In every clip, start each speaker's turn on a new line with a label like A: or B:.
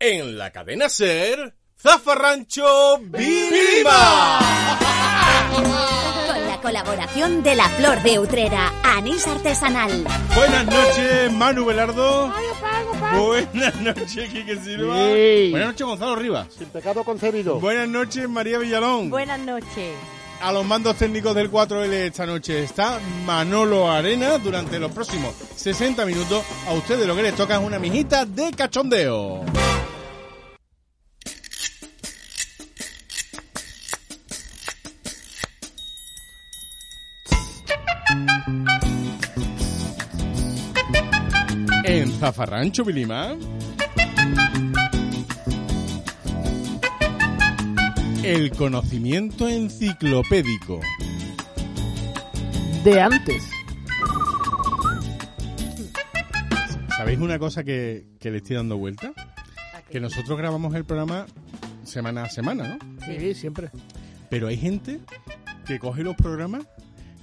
A: En la cadena Ser, Zafarrancho Viva.
B: Con la colaboración de la Flor de Utrera, Anís Artesanal.
C: Buenas noches, Manu Velardo. Buenas noches, Quique Silva. Buenas noches, Gonzalo Rivas.
D: Sin pecado concebido.
C: Buenas noches, María Villalón.
E: Buenas noches.
C: A los mandos técnicos del 4L esta noche está Manolo Arena durante los próximos 60 minutos. A ustedes lo que les toca es una mijita de cachondeo. En Zafarrancho Vilima. El conocimiento enciclopédico.
F: De antes.
C: ¿Sabéis una cosa que, que le estoy dando vuelta? Que nosotros grabamos el programa semana a semana, ¿no?
F: Sí, siempre.
C: Pero hay gente que coge los programas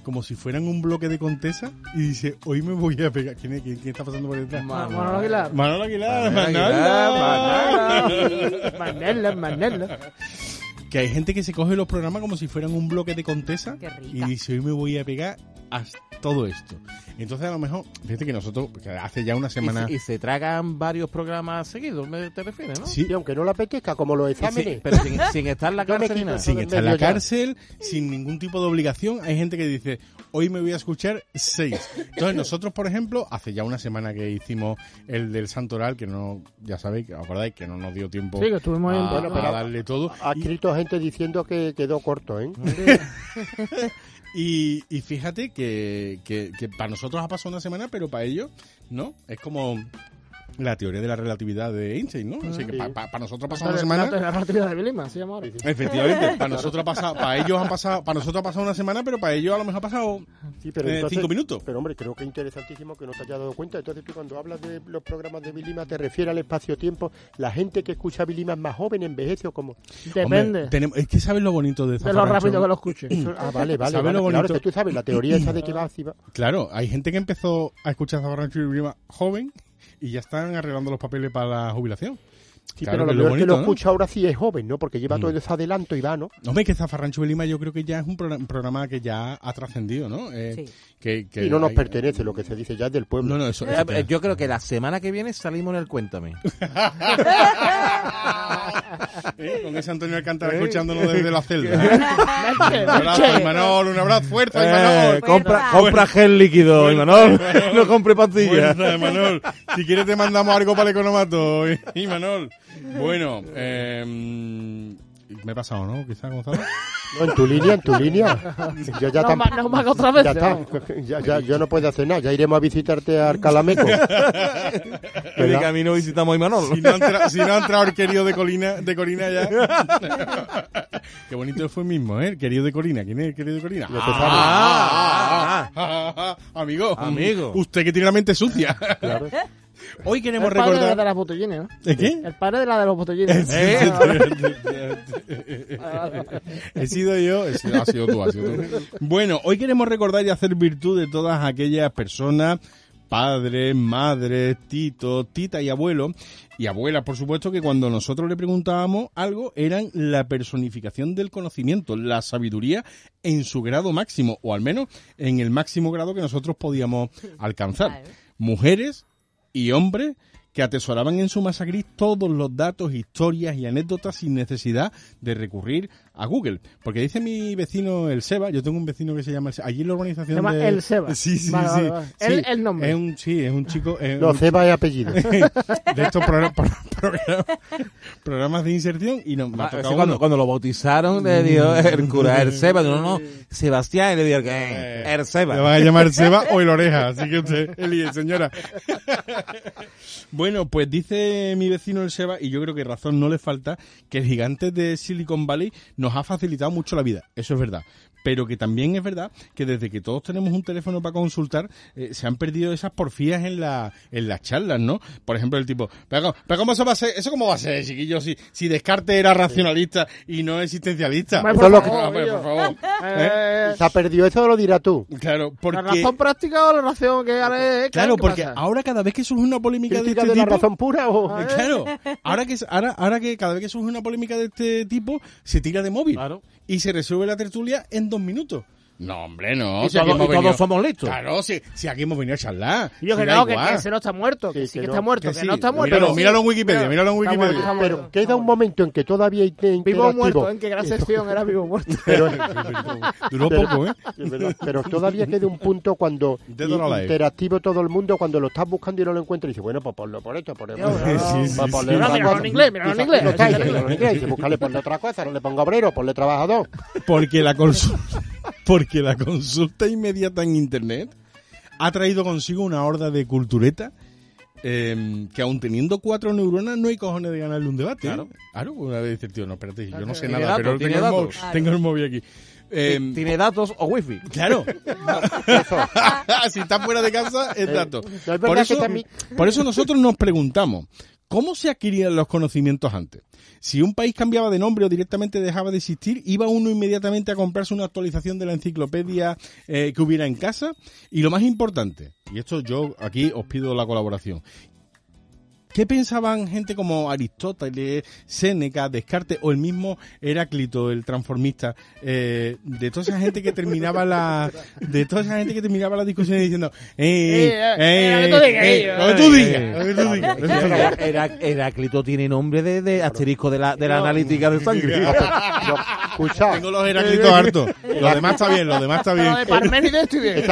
C: como si fueran un bloque de contesa y dice, hoy me voy a pegar. ¿Quién, es? ¿Quién- quién está pasando por detrás?
F: Manolo Manolo Aguilar.
C: Manolo Aguilar.
F: Manolo
C: Manolo.
F: Aguilar, Manolo, Manolo.
C: Que hay gente que se coge los programas como si fueran un bloque de contesa y dice, hoy me voy a pegar a todo esto. Entonces a lo mejor, fíjate que nosotros, que hace ya una
G: Y,
C: semana...
G: se- y se tragan varios programas seguidos, me- ¿te refieres, no?
C: Sí.
D: Y aunque no la apetezca, como los exámenes.
G: Sí, pero sin, sin estar en la
D: Yo me
G: cárcel ni
D: quito
G: nada.
D: eso
C: sin
D: del
C: estar en la
D: medio ya.
C: cárcel, sin ningún tipo de obligación. Hay gente que dice, hoy me voy a escuchar seis. Entonces nosotros, por ejemplo, hace ya una semana que hicimos el del Santoral, que no, ya sabéis, que ¿os acordáis que no nos dio tiempo
F: Sí, que estuvimos ahí un
C: a,
F: poco.
C: a darle todo.
D: Ha escrito gente diciendo que quedó corto, ¿eh?
C: Mm. Y, y fíjate que, que- que para nosotros ha pasado una semana, pero para ellos, ¿no? Es como la teoría de la relatividad de Einstein, ¿no? Así que
F: Ah,
D: Sí.
C: para nosotros ha pasado una
F: La- la-
C: semana...
F: La relatividad de Vilima, se llama ahora.
C: Efectivamente, para nosotros ha pasado, para ellos han pasado, para nosotros ha pasado una semana, pero para ellos a lo mejor ha pasado
D: Sí, pero
C: Eh,
D: entonces-
C: cinco minutos.
D: Pero hombre, creo que es interesantísimo que no te hayas dado cuenta. Entonces tú cuando hablas de los programas de Vilima te refieres al espacio-tiempo. La gente que escucha Vilima es más joven, envejece o como...
C: Hombre,
F: Depende
C: tenemos- es que sabes lo bonito de
F: de lo
C: Zafarrancho.
F: rápido que lo escuche.
D: Ah, vale,
C: ¿Sabes
D: vale. vale.
C: lo
D: Claro,
C: bonito?
D: es que tú sabes la teoría esa de que va así va.
C: Claro, hay gente que empezó a escuchar Zafarrancho y Rima joven y ya están arreglando los papeles para la jubilación.
D: Sí,
C: Claro,
D: pero
C: que
D: lo
C: lo
D: peor
C: bonito,
D: que lo
C: ¿no? Mm.
D: escucha ahora sí es joven, ¿no? Porque lleva todo ese adelanto y va, ¿no?
C: Hombre, que Zafarrancho y Lima yo creo que ya es un progra- programa que ya ha trascendido, ¿no? Eh,
E: Sí.
C: que, que
D: Y no nos
C: hay-
D: pertenece, lo que se dice ya es del pueblo.
C: No, no, eso.
G: Eh, eh, Yo creo que la semana que viene salimos en el Cuéntame.
C: Eh, Con ese Antonio Alcántara escuchándonos desde la celda.
F: ah,
C: un abrazo, Imanol, un abrazo fuerte,
G: Eh,
C: Imanol.
E: compra-
G: compra gel líquido, Imanol. No compre pastillas.
C: Fuerza, Imanol. Si quieres te mandamos algo para el economato, Imanol. Bueno, eh, me he pasado, ¿no? Quizás, Gonzalo.
D: No, en tu línea, en tu línea. Yo ya
F: No
D: tam-
F: más- no más que otra vez,
D: Ya está. Ya, ya- yo no puedo hacer nada. Ya iremos a visitarte a Arcalameco.
G: Y de camino visitamos a Imanol.
C: Si no han, tra- si no han entrado el querido de Colina, de Corina ya. Qué bonito fue el mismo, ¿eh? El querido de Corina. ¿Quién es el querido de Ah, Corina?
G: Ah, ah,
C: Ah, amigo.
G: Amigo.
C: Usted que tiene la mente sucia. Hoy queremos
F: El padre de la de
C: recordar...
F: las botellines, ¿no?
C: ¿De qué?
F: El padre de la de los botellines.
G: Eh.
C: He sido yo, he sido, ha sido tú, ha sido tú. Bueno, hoy queremos recordar y hacer virtud de todas aquellas personas, padres, madres, titos, tita y abuelos, y abuelas, por supuesto, que cuando nosotros le preguntábamos algo, eran la personificación del conocimiento, la sabiduría en su grado máximo, o al menos en el máximo grado que nosotros podíamos alcanzar. Mujeres y hombres que atesoraban en su masacrí todos los datos, historias y anécdotas sin necesidad de recurrir a Google. Porque dice mi vecino el Seba, yo tengo un vecino que se llama el Seba, allí en la urbanización
F: Se llama
C: de-
F: el Seba.
C: Sí, sí,
F: Vale,
C: sí.
F: vale, vale.
C: Sí,
F: El- el nombre.
C: Es un, sí, es un chico... es
D: No,
C: un-
D: Ceba es apellido.
C: de estos progra- pro- programa- programas de inserción y nos me ha
G: Ah,
C: tocado
G: sí, cuando,
C: uno.
G: cuando lo bautizaron, le dio el cura el Seba. No, no, Sebastián. Y le dio el, Mm. eh, el
C: Le
G: Seba.
C: van a llamar Seba o el oreja, así que usted elige, señora. bueno, pues dice mi vecino el Seba, y yo creo que razón no le falta, que el gigante de Silicon Valley nos ha facilitado mucho la vida, eso es verdad. Pero que también es verdad que desde que todos tenemos un teléfono para consultar, eh, se han perdido esas porfías en, la, en las charlas, ¿no? Por ejemplo, el tipo, pero, pero ¿cómo se va a ser, eso cómo va a ser, chiquillo, si, si Descartes era racionalista y no existencialista.
F: Hombre,
D: por
C: No,
D: favor,
C: hombre,
F: tío.
C: por favor.
F: Eh,
D: Se ha perdido, eso lo dirás tú.
C: Claro,
F: la
C: porque
F: razón práctica o la razón que ahora es.
C: claro,
F: ¿qué
C: porque
F: pasa?
C: ahora cada vez que surge una polémica de
D: ¿Crítica
C: este
D: de la
C: tipo,
D: razón pura o...?
F: Ah,
C: Eh, Claro, ahora que, ahora, ahora que cada vez que surge una polémica de este tipo, se tira de móvil
G: Claro.
C: y se resuelve la tertulia en dos minutos. No, hombre, no.
G: Y todos- y todos somos listos.
C: Claro, si, si aquí hemos venido a charlar.
F: Y yo
C: si
F: que
C: da
F: no, que,
C: igual.
F: que ese no está muerto, que,
D: Sí,
F: sí
D: que
F: que
D: no,
F: está muerto,
C: que
F: que,
C: sí.
F: no está muerto.
C: Míralo,
F: que sí.
C: míralo en Wikipedia, míralo en
F: Está
C: Wikipedia.
F: muerto, está muerto,
D: Pero
F: está
D: queda un
F: muerto.
D: momento en que todavía hay te-
F: Vivo o
D: interactivo.
F: muerto, ¿eh? ¿en qué gran sección era vivo o muerto?
D: Pero,
C: Duró poco, ¿eh?
D: Es verdad, pero todavía queda un punto cuando
C: Dead or Alive.
D: interactivo todo el mundo, cuando lo estás buscando y no lo encuentras, y dice, bueno, pues ponlo por esto, por Pues esto.
C: Sí, sí, sí.
F: No, míralo en inglés, míralo en inglés.
D: en inglés. Dice, búscale, ponle otra cosa, no le ponga obrero, ponle trabajador.
C: Porque la consulta, porque la consulta inmediata en internet ha traído consigo una horda de cultureta eh, que aún teniendo cuatro neuronas no hay cojones de ganarle un debate. ¿eh?
G: Claro.
C: Claro, una vez dice, tío, no, espérate, yo no sé
G: Tiene
C: nada,
G: datos,
C: pero
G: tiene
C: tengo el, móvil,
G: datos.
C: tengo el móvil aquí. Eh,
G: ¿Tiene datos o wifi?
C: Claro. si está fuera de casa,
G: Eh,
C: es dato.
D: no, es verdad
C: por,
D: que
C: eso,
D: también-
C: por eso nosotros nos preguntamos, ¿cómo se adquirían los conocimientos antes? Si un país cambiaba de nombre o directamente dejaba de existir, ¿iba uno inmediatamente a comprarse una actualización de la enciclopedia eh, que hubiera en casa? Y lo más importante, y esto yo aquí os pido la colaboración, ¿Qué pensaban gente como Aristóteles, Séneca, Descartes o el mismo Heráclito, el transformista, eh, de toda esa gente que terminaba la, de toda esa gente que terminaba la discusión diciendo, eh,
F: Eh,
C: eh, eh,
F: eh, lo que tú digas,
C: eh,
F: eh,
C: lo que tú
G: eh,
C: digas,
G: eh,
C: lo que tú digas, lo que tú digas.
G: Herac- Heráclito tiene nombre de, de asterisco de la, de la analítica de sangre.
D: No, escucha,
C: Tengo los Heráclitos hartos. Lo demás está bien, lo demás está bien.
F: Lo Ah. de Parménides estoy bien.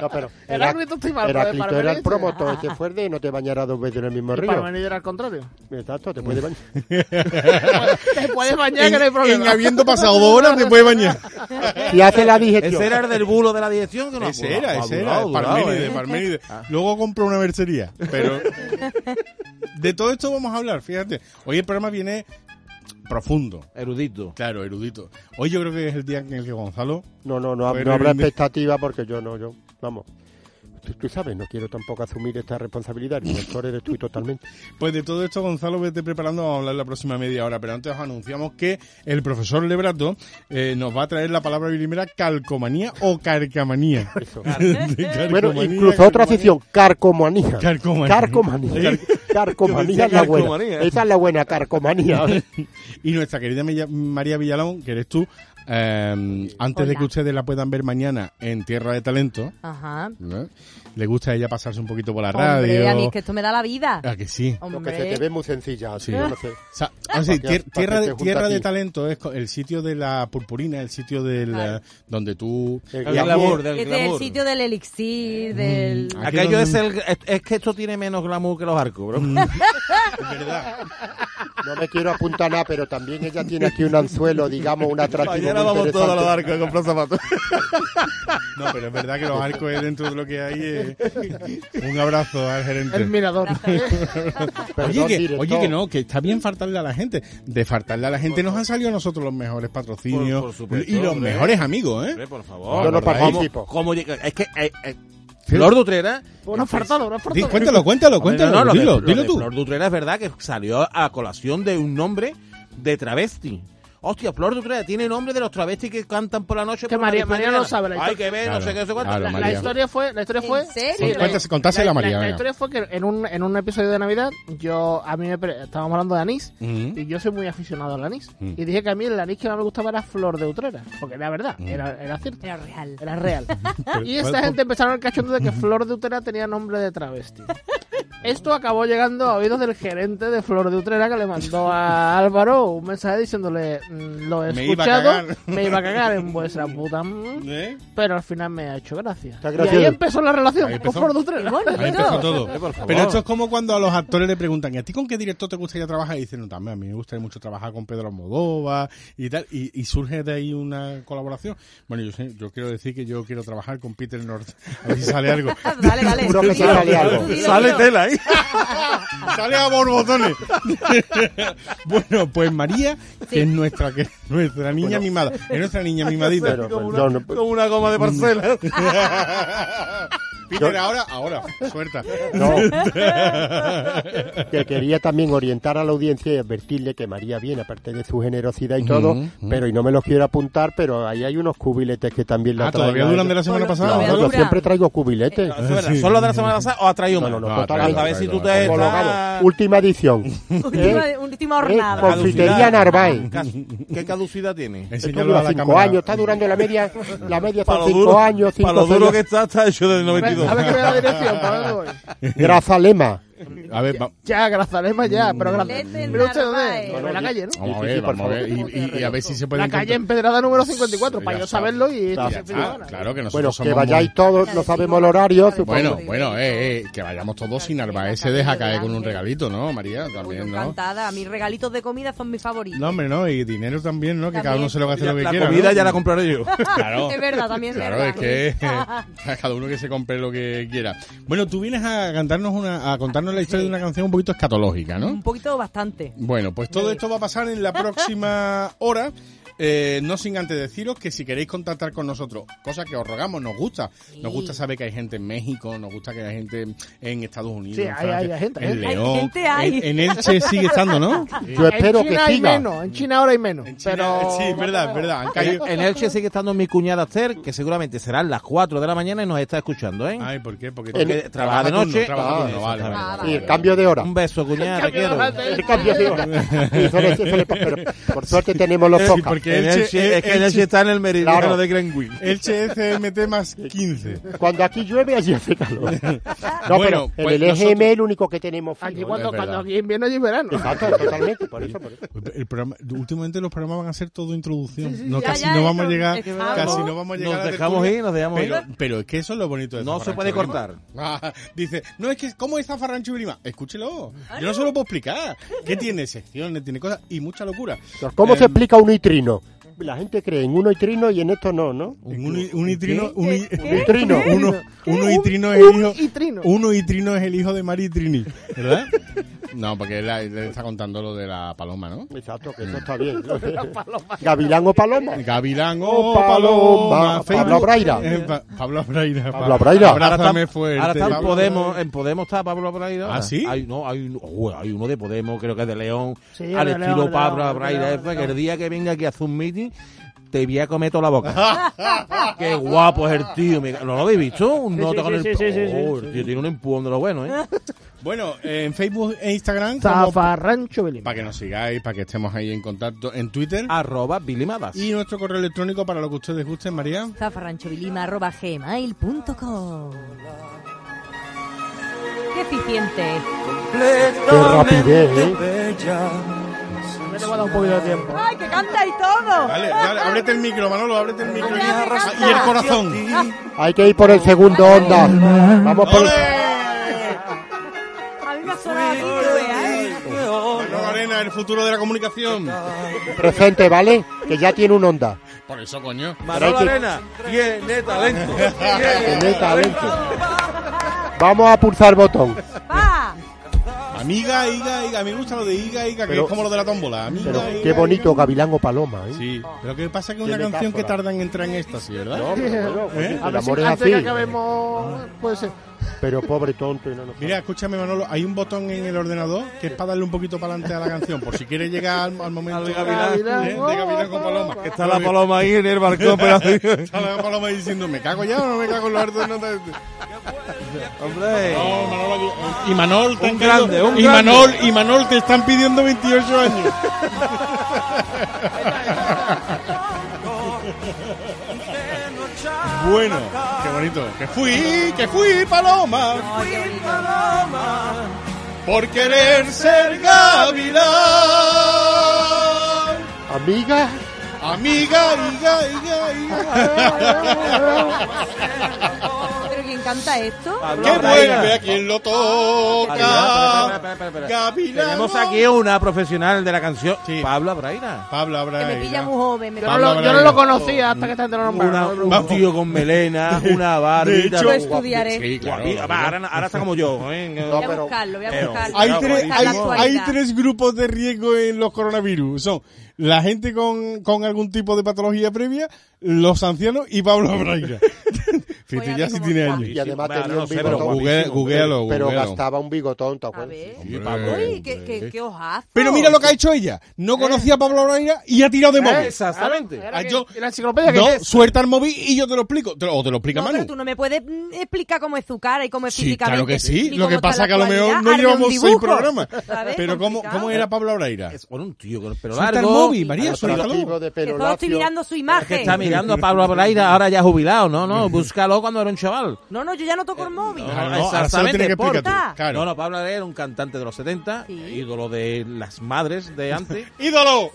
D: no, pero
F: Heráclito estoy mal, pero de
D: Heráclito era el
F: Parmenides-
D: promotor ese fuerte y no te bañarás dos veces en el mismo
F: Y
D: río.
F: Parménides era al contrario.
D: Exacto, te puede bañar.
F: Te puedes bañar que no hay
C: En, en
F: problema.
C: habiendo pasado dos horas te puedes bañar.
D: Y hace la digestión.
G: Ese era el del bulo de la dirección. Que no ha
C: Ese
G: durado,
C: era,
G: ha
C: ese era,
G: durado, ha durado,
C: Parménides,
G: eh.
C: Parménides.
F: Ah.
C: Luego compró una mercería, pero de todo esto vamos a hablar, fíjate. Hoy el programa viene profundo,
G: Erudito.
C: claro, erudito. Hoy yo creo que es el día en el que Gonzalo
D: No, no, no, hab-
C: Bueno,
D: no habrá
C: Irene.
D: expectativa porque yo no, yo, vamos. Tú, tú sabes, no quiero tampoco asumir esta responsabilidad. El director eres tú totalmente.
C: Pues de todo esto, Gonzalo, vete preparando, vamos a hablar la próxima media hora, pero antes os anunciamos que el profesor Lebrato eh, nos va a traer la palabra bilimera calcomanía o carcamanía. De carcomanía,
D: Bueno, incluso
C: carcomanía.
D: otra afición, carcomanía.
C: Carcomanía.
D: Carcomanía. Carcomanía es la
G: Carcomanía.
D: buena. Esa es la buena, carcomanía.
C: Y nuestra querida Mella- María Villalón, que eres tú, eh, antes de
B: Hola.
C: que ustedes la puedan ver mañana en Tierra de Talento,
E: Ajá.
C: ¿no? le gusta a ella pasarse un poquito por la
E: Hombre,
C: radio.
E: a mí es que esto me da la vida.
C: ¿A que sí?
D: Lo que se te
E: Hombre.
D: ve muy sencilla.
C: Sí.
D: Sí. Yo no sé.
C: O sea,
G: Ah,
C: o sea,
D: Pa' que-
C: tier-
D: pa' que
C: tierra,
D: te
C: de,
D: junta
C: tierra
D: a ti.
C: de talento es co- el sitio de la purpurina, el sitio del
E: Claro.
C: eh, donde tú
D: El
G: El
D: Y a mí-
G: glamour, del
E: Este es el
G: glamour. Ah.
E: sitio del elixir, del...
C: Mm.
G: Aquello es, el, es, es que esto tiene menos glamour que los arcos, bro.
C: ¿Eh?
D: No me quiero apuntar nada, pero también ella tiene aquí un anzuelo, digamos, un atractivo.
G: Mañana
D: muy
G: vamos todos a los
D: interesante.
G: arcos a comprar zapatos.
C: No, pero es verdad que los arcos es dentro de lo que hay. eh. Un abrazo al gerente.
F: El mirador.
D: Perdón,
C: Oye que,
D: director.
C: oye, que no, que está bien fartarle a la gente. De fartarle a la gente nos han salido a nosotros los mejores patrocinios
G: Por- por supuesto,
C: y los
G: hombre.
C: mejores amigos, ¿eh?
G: Hombre, por favor.
D: Yo no
G: ¿verdad?
D: participo.
G: ¿Cómo- cómo llega? Es que... eh, eh, Flor Dutrera...
F: Un apartado, un
C: Di-
F: apartado.
C: cuéntalo, cuéntalo, Pues cuéntalo.
G: No, no, lo de-
C: dilo,
G: lo
C: dilo
G: de
C: tú.
G: Flor Dutrera es verdad que salió a colación de un nombre de travesti. Hostia, Flor Dutrera tiene nombre de los travestis que cantan por la noche.
F: Que
G: por la
F: María- María
G: mañana.
F: no sabe la
G: Hay que ver,
C: Claro,
G: no sé qué, no sé cuánto.
C: claro,
F: La, la
C: María.
F: historia fue, la historia
E: ¿En
F: fue,
E: serio?
F: sí, la-
C: Cuéntase- contásela,
F: la-
C: María,
F: La, la
C: venga.
F: historia fue que en un, en un episodio de Navidad, yo a mí me pre- estábamos hablando de anís
C: Ujú.
F: y yo soy muy aficionado al anís
C: Mm.
F: y dije que a mí el anís que más me gustaba era flor de Utrera, porque era verdad, era, era cierto.
E: Ah, Era real.
F: Era real. Ah, y
C: Mm. ¿cuál-
F: esta gente empezaron el cachondo de que Flor de Utrera tenía nombre de travesti. Esto acabó llegando a oídos del gerente de Flor de Utrera que le mandó a Álvaro un mensaje diciéndole "Mm, lo he
C: Me iba a
F: escuchado,
C: cagar".
F: me iba a cagar en vuestra puta... m-".
C: ¿Eh?
F: pero al final me ha hecho gracia.
D: Está
F: Y ahí
D: gracioso.
F: empezó la relación pues
C: Ahí
F: con
C: empezó.
F: Flor de Utrera.
E: Qué bonito.
C: Ahí empezó todo.
G: Eh, por favor.
C: Pero esto es como cuando a los actores le preguntan, ¿y a ti con qué director te gustaría trabajar? Y dicen, no, también a mí me gustaría mucho trabajar con Pedro Almodóvar y tal. Y, y surge de ahí una colaboración. Bueno, yo, sé- yo quiero decir que yo quiero trabajar con Peter North. A ver si sale algo.
E: Vale, vale.
D: Seguro que
E: Tú dilo,
D: sale
E: tú
D: algo.
E: dilo, tú dilo.
G: Sale tela ahí.
C: Sale a borbotones. bueno, pues María, que es nuestra, que es nuestra niña mimada.
D: pues,
C: Es nuestra niña mimadita. Mm.
D: Pero, perdón,
G: Como una goma de parcela.
C: Peter,
D: Yo-
C: ahora, ahora, suelta.
D: No. que quería también orientar a la audiencia y advertirle que María bien, aparte de su generosidad y todo, pero y no me los quiero apuntar, pero ahí hay unos cubiletes que también la
C: Ah, ¿todavía
D: traen a
C: duran de
D: ella.
C: la semana Eh,
E: Bueno,
D: No,
C: pasada?
E: todavía
D: no, yo
E: dura.
D: siempre traigo cubiletes.
G: No, espera, ¿Son los Ah, de la semana pasada o has traído
D: No,
G: más?
D: no, no,
C: No,
D: total,
C: traigo,
G: a ver si tú
C: traigo,
G: te
C: traigo.
G: estás...
D: Colocado. Última edición.
G: eh,
E: Última, última
D: Eh,
E: hornada.
D: con- Confitería Narváez.
G: Cas- ¿Qué caducidad tiene?
D: Esto
C: Enséñalo a
D: dura
C: la
D: cinco
C: cámara.
D: años, está durando la media, la media
G: Para
D: son
G: lo
D: cinco
G: duro-
D: años, cinco
G: Para lo duro
D: seis-
G: que está, está hecho del
F: A ver,
G: 92.
F: a ver que veo la dirección, para dónde voy.
D: Grazalema.
C: A ver, va-
F: Ya, Grazalema ya, pero
E: Lete
F: Grazalema. Mira usted dónde,
E: Narváez.
F: es? en la calle,
C: vamos
F: ¿no?
C: a
D: Sí, sí,
C: ver,
D: sí, por
C: vamos a ver.
D: favor.
C: Y, y- y a ver si se puede
F: La calle
C: encontrar-
F: empedrada número 54, para
C: Ya
F: yo
C: está.
F: saberlo y...
D: Ya
F: y
D: está.
F: se pide
C: Ah,
F: ganas.
C: claro que nosotros
D: Bueno,
C: somos
D: que vayáis todos, no sabemos el horario.
E: Bueno,
D: supongo.
C: Bueno, bueno, eh, eh, que vayamos todos sin Narváez se deja caer con un regalito, ¿no, María?
E: Uy, yo
C: También, ¿no?
E: encantada. Mis regalitos de comida son mis favoritos.
C: No, hombre, no, y dinero también, ¿no? Que cada uno se lo gaste
G: Ya,
C: lo que
G: la
C: quiera.
G: comida
C: ¿no?
G: ya la compraré yo.
C: Ah, Claro.
E: Es verdad, también es
C: Claro,
E: verdad.
C: es que eh, cada uno que se compre lo que quiera. Bueno, tú vienes a cantarnos una, a contarnos la historia de una canción un poquito escatológica, ¿no?
E: Un poquito bastante.
C: Bueno, pues todo esto va a pasar en la próxima hora. Eh, no sin antes deciros que si queréis contactar con nosotros, cosa que os rogamos, nos gusta. Nos gusta saber que hay gente en México, nos gusta que hay gente en Estados Unidos,
F: Sí,
C: en
F: hay-
C: Francia,
F: hay- hay gente, ¿eh?
C: en
F: hay gente.
C: León.
E: Hay gente, hay.
C: En, en Elche sigue estando, ¿no?
D: Yo espero
F: en China
D: que
F: hay
D: siga.
F: menos, en China ahora hay menos.
C: En China-
F: pero...
C: Sí, es verdad, es verdad. Han
G: En
C: caído.
G: en Elche sigue estando mi cuñada Esther, que seguramente serán las 4 de la mañana y nos está escuchando, ¿eh?
C: Ay, ¿por qué? Porque,
G: Porque
C: tú-
G: trabaja de
C: turno,
G: noche.
C: trabaja
G: Ah,
C: turno, vale, vale,
E: exactamente.
C: vale,
D: Sí,
C: vale.
D: cambio de hora.
G: Un beso, cuñada, te quiero.
D: El cambio de hora. Sí, suele- suele- pero por suerte tenemos los
C: Sí,
D: podcasts.
C: porque
G: En
C: Elche,
G: Elche- es que en Elche
C: Elche,
G: está en el meridiano
D: Claro.
G: de Greenwich.
C: Elche FMT más 15.
D: Cuando aquí llueve, allí hace calor. No,
C: Bueno,
D: pero
C: pues
D: en el EGM el único que tenemos fijo.
F: Aquí
C: es
F: cuando,
C: verdad.
F: cuando aquí invierno y verano.
D: Exacto, totalmente, por eso, por eso.
C: El programa- últimamente los programas van a ser todo introducción. no,
E: Ya,
C: casi
E: ya,
C: no
E: eso,
C: vamos a llegar,
E: estamos.
C: casi no vamos a llegar.
G: Nos
C: a la
G: dejamos
C: tertulia,
G: ir, nos dejamos
C: pero,
G: ir.
C: Pero es que eso es lo bonito de
G: No se puede
C: Zafarrancho
G: cortar.
C: Berlín. Ah, dice, no es que cómo es Zafarrancho Berlín? Escúchelo. Yo no se lo puedo explicar. Que tiene secciones, tiene cosas y mucha locura.
D: ¿Cómo
C: Eh,
D: se explica un nitrino? La gente cree en un nitrino y en esto no, ¿no?
C: en un, un itrino, un, i-
E: ¿Qué?
D: Un nitrino.
C: uno, uno y
F: Un-
C: Trino es el
F: un
C: hijo.
F: y Trino.
C: Uno y Trino es el hijo de Mari Trini, ¿verdad? No, porque él, él está contando lo de la paloma, ¿no?
D: Exacto, que eso está bien. Gavilán o paloma.
C: Gavilán
D: Oh,
C: o Paloma.
D: Paloma. Pablo Abraira.
C: Eh, pa- Pablo Abraira.
D: Pablo Abraira.
C: Abrázame
G: está-
C: fuerte.
G: ahora está en
C: Pablo.
G: Podemos, eh. en Podemos está Pablo Braida.
C: ¿Ah, sí?
G: Hay, no, hay, un- ué, hay uno de Podemos, creo que es de León,
F: Sí, de
G: al
F: León,
G: estilo
F: de
G: Pablo
F: León, de
G: Braida.
F: León, de
G: que el
F: León.
G: día que venga aquí a hacer un meeting, te voy a comer toda la boca. Qué guapo es el tío. me- ¿No lo habéis visto? Un
F: Sí,
G: nota
F: sí,
G: con
F: sí,
G: el...
F: sí, sí, sí,
G: Oh,
F: sí.
G: el tío tiene un empujón de lo bueno, ¿eh?
C: Bueno, eh, en Facebook e Instagram.
F: Zafarrancho Belín.
C: Para que nos sigáis, para que estemos ahí en contacto. En Twitter.
D: Ah.
G: Arroba bilimadas.
C: Y nuestro correo electrónico para lo que ustedes gusten, María.
E: zafarranchovilima.gmail.com Qué eficiente.
D: Qué rapidez, ¿eh?
F: Me tengo que dar un poquito de tiempo.
E: ¡Ay, que canta y todo!
C: Vale, dale, ábrete el micro, Manolo, ábrete el micro.
E: Hombre, me
C: Y el corazón.
F: Ah.
D: Hay que ir por el segundo onda. Vamos por el...
C: ¡Ole!
E: A mí me ha sonado aquí, tú veas, ¿eh?
C: Manolo Arena, el futuro de la comunicación.
D: presente, ¿vale? Que ya tiene un onda.
C: Por eso, coño.
D: Pero
G: Manolo
D: hay que-
G: Arena tiene talento.
D: Tiene
G: Tiene
D: talento. Vamos a pulsar botón.
E: ¡Va!
C: Amiga, Iga, Iga. Me gusta lo de Iga, Iga, que
D: Pero-
C: es como lo de la tómbola. Amiga,
D: Pero
C: Iga,
D: qué
C: Iga.
D: bonito, Gavilán o Paloma, ¿eh?
C: Sí, pero que pasa que es una
D: Qué
C: canción que
D: metáfora.
C: tarda en entrar en éxtasis, ¿verdad?
D: No, pero bueno, pues
C: ¿Eh?
F: A
D: el
F: ver si
D: amor es
F: antes
D: así.
F: que acabemos... Puede ser.
D: Pero pobre tonto. y no nos-
C: Mira, escúchame Manolo, hay un botón en el ordenador que es para darle un poquito para adelante a la canción, por si quieres llegar al, al momento
G: Al
C: de
G: Gavilán.
C: ¿eh? de Gavilán con Paloma. Que
G: Está la paloma ahí en el balcón, pero...
C: Está la paloma diciendo, ¿me cago ya o no me cago en los ordenadores?
G: Hombre...
C: No, Manolo, Eh, y Manol, te
G: Un
C: han caído-
G: grande, un
C: y
G: grande.
C: Manol, y Manol, te están pidiendo 28 años. bueno, qué bonito. Que fui, que fui paloma. Por querer ser gavilán.
D: Amiga,
C: Amiga, iga, iga, iga.
E: Oh, ¿Pero quién canta esto?
C: Qué bueno, vea quién lo toca. Gavilán.
G: Tenemos aquí una profesional de la canción,
C: Sí.
G: Pablo Abraira.
C: Pablo
E: Que
C: Abraira.
E: me pilla muy joven. Me
F: Yo no
C: Pablo
F: lo, yo no
C: Abraira.
F: lo conocía hasta que esta gente lo
G: Una-
F: nombraba.
G: un tío con melena, una
C: de
G: barbita.
C: hecho-
E: lo
G: guapo.
E: estudiaré.
C: Sí, claro.
G: Guapita. Va, ahora, ahora está como yo. ¿eh?
E: Voy a buscarlo, voy a
G: Pero-
E: buscarlo.
C: Hay
G: Claro,
C: tres,
G: buenísimo.
C: hay,
E: La actualidad.
C: hay tres grupos de riesgo en los coronavirus. Son la gente con, con algún tipo de patología previa, los ancianos y Pablo Braira. Cristina
E: ver
C: sí
E: cómo
C: tiene
E: está.
C: años.
D: Y además
G: bueno,
D: tenía
G: no
D: un
G: sé, pero
D: bigotón.
G: guapísimo,
C: Google- googlealo,
D: eh, pero
C: googlealo.
D: gastaba un bigotón, ¿te
E: A
D: acuerdas?
E: ver.
C: Hombre,
E: Uy, qué, qué, qué ojazo.
C: Pero mira lo que ha hecho ella.
E: Eh.
C: No conocía a Pablo Moreira y ha tirado de móvil.
G: Exactamente.
F: Era
C: Ah,
F: que-
C: yo-
F: ¿y la enciclopedia que
C: No,
F: es?
C: suelta el móvil y yo te lo explico. Te lo- O te lo explica
E: No,
C: Manu.
E: pero tú no me puedes mm, explicar cómo es su cara y cómo es
C: Sí,
E: físicamente.
C: claro que sí.
E: ni
C: Lo que
E: cómo está
C: pasa
E: la
C: que a lo mejor
E: actualidad.
C: no
E: Hazme un
C: llevamos seis
E: dibujo,
C: programas.
E: ¿sabes?
C: Pero ¿cómo,
E: Complicado.
C: ¿cómo era Pablo Moreira?
G: Es bueno, un tío con el pelo
C: Suelta el
G: largo.
C: móvil, María,
G: Ahora
C: suéltalo.
D: Atractivo, de
E: Que
D: pelo
E: solo estoy
D: lacio.
E: mirando su
G: Es que está
E: imagen.
G: mirando a Pablo Ablaida, ahora ya jubilado, ¿no? No, búscalo cuando era un chaval.
E: No, no, yo ya no toco el móvil.
C: Ah, no, ahora se lo tiene que explicar tú.
E: porta.
C: Claro.
G: No, no, Pablo Ablaida era un cantante de los 70,
E: Sí.
G: ídolo de las madres de antes,
C: ¡Ídolo!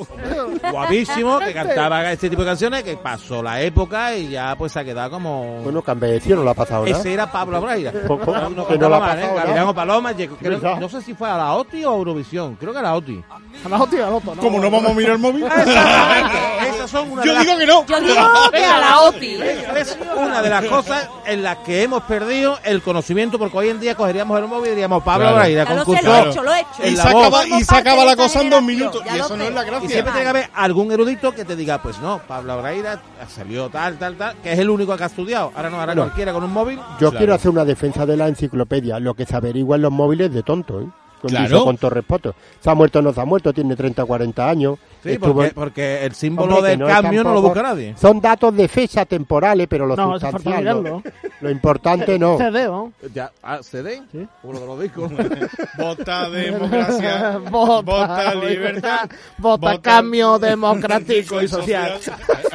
G: guapísimo, que cantaba este tipo de canciones, que pasó la época y ya pues se ha quedado como...
D: Bueno, Cambecio no lo ha pasado nada.
G: Ese era Pablo Ablaida.
D: Po- po-
G: No, no
D: que no la
G: cantaba
D: ha
G: mal, ¿eh?
D: pasado, ¿no?
G: Gavilán o Paloma, llegó- creo-
D: ¿Verdad?
G: no sé si fue a la OTI o a Eurovisión, creo que a la OTI.
F: Abajo, tío, abajo,
C: Como no vamos a mirar el móvil.
G: Esas son una de
C: Yo
G: las
C: digo que no.
E: Yo digo que a la OTI.
G: Es una de las cosas en las que hemos perdido el conocimiento, porque hoy en día cogeríamos el móvil y diríamos Pablo
C: Claro.
G: Braida,
E: Ya lo sé, lo
G: concurso.
E: he hecho, lo he hecho.
C: Y
G: En
C: se
G: la
C: acaba,
G: voz.
C: y se acaba la cosa en dos minutos. Y eso no es la
G: Y
C: gracia.
G: siempre tiene que haber algún erudito que te diga, pues no, Pablo Braida salió tal, tal, tal, que es el único que ha estudiado. Ahora no, ahora
D: No.
G: cualquiera con un móvil.
D: Yo quiero hacer una defensa de la enciclopedia, lo que se averigua en los móviles de tonto, ¿eh? Con
C: Claro.
D: dicho, Con todo respeto. Se ha muerto o no se ha muerto, tiene 30 40 años.
G: Sí,
D: Estuvo-
G: porque, porque el símbolo
D: Hombre, que
G: del
D: no es
G: cambio no lo
D: tampoco-
G: busca nadie.
D: Son datos de fecha temporales, pero lo
F: No, hace falta
D: sustancial. no.
F: mirarlo.
D: Lo importante no.
F: CD, ¿no?
G: Ya, ah, CD,
F: Sí.
G: uno de los discos.
C: Vota democracia.
F: Vota,
C: Vota libertad.
F: Vota cambio democrático y social.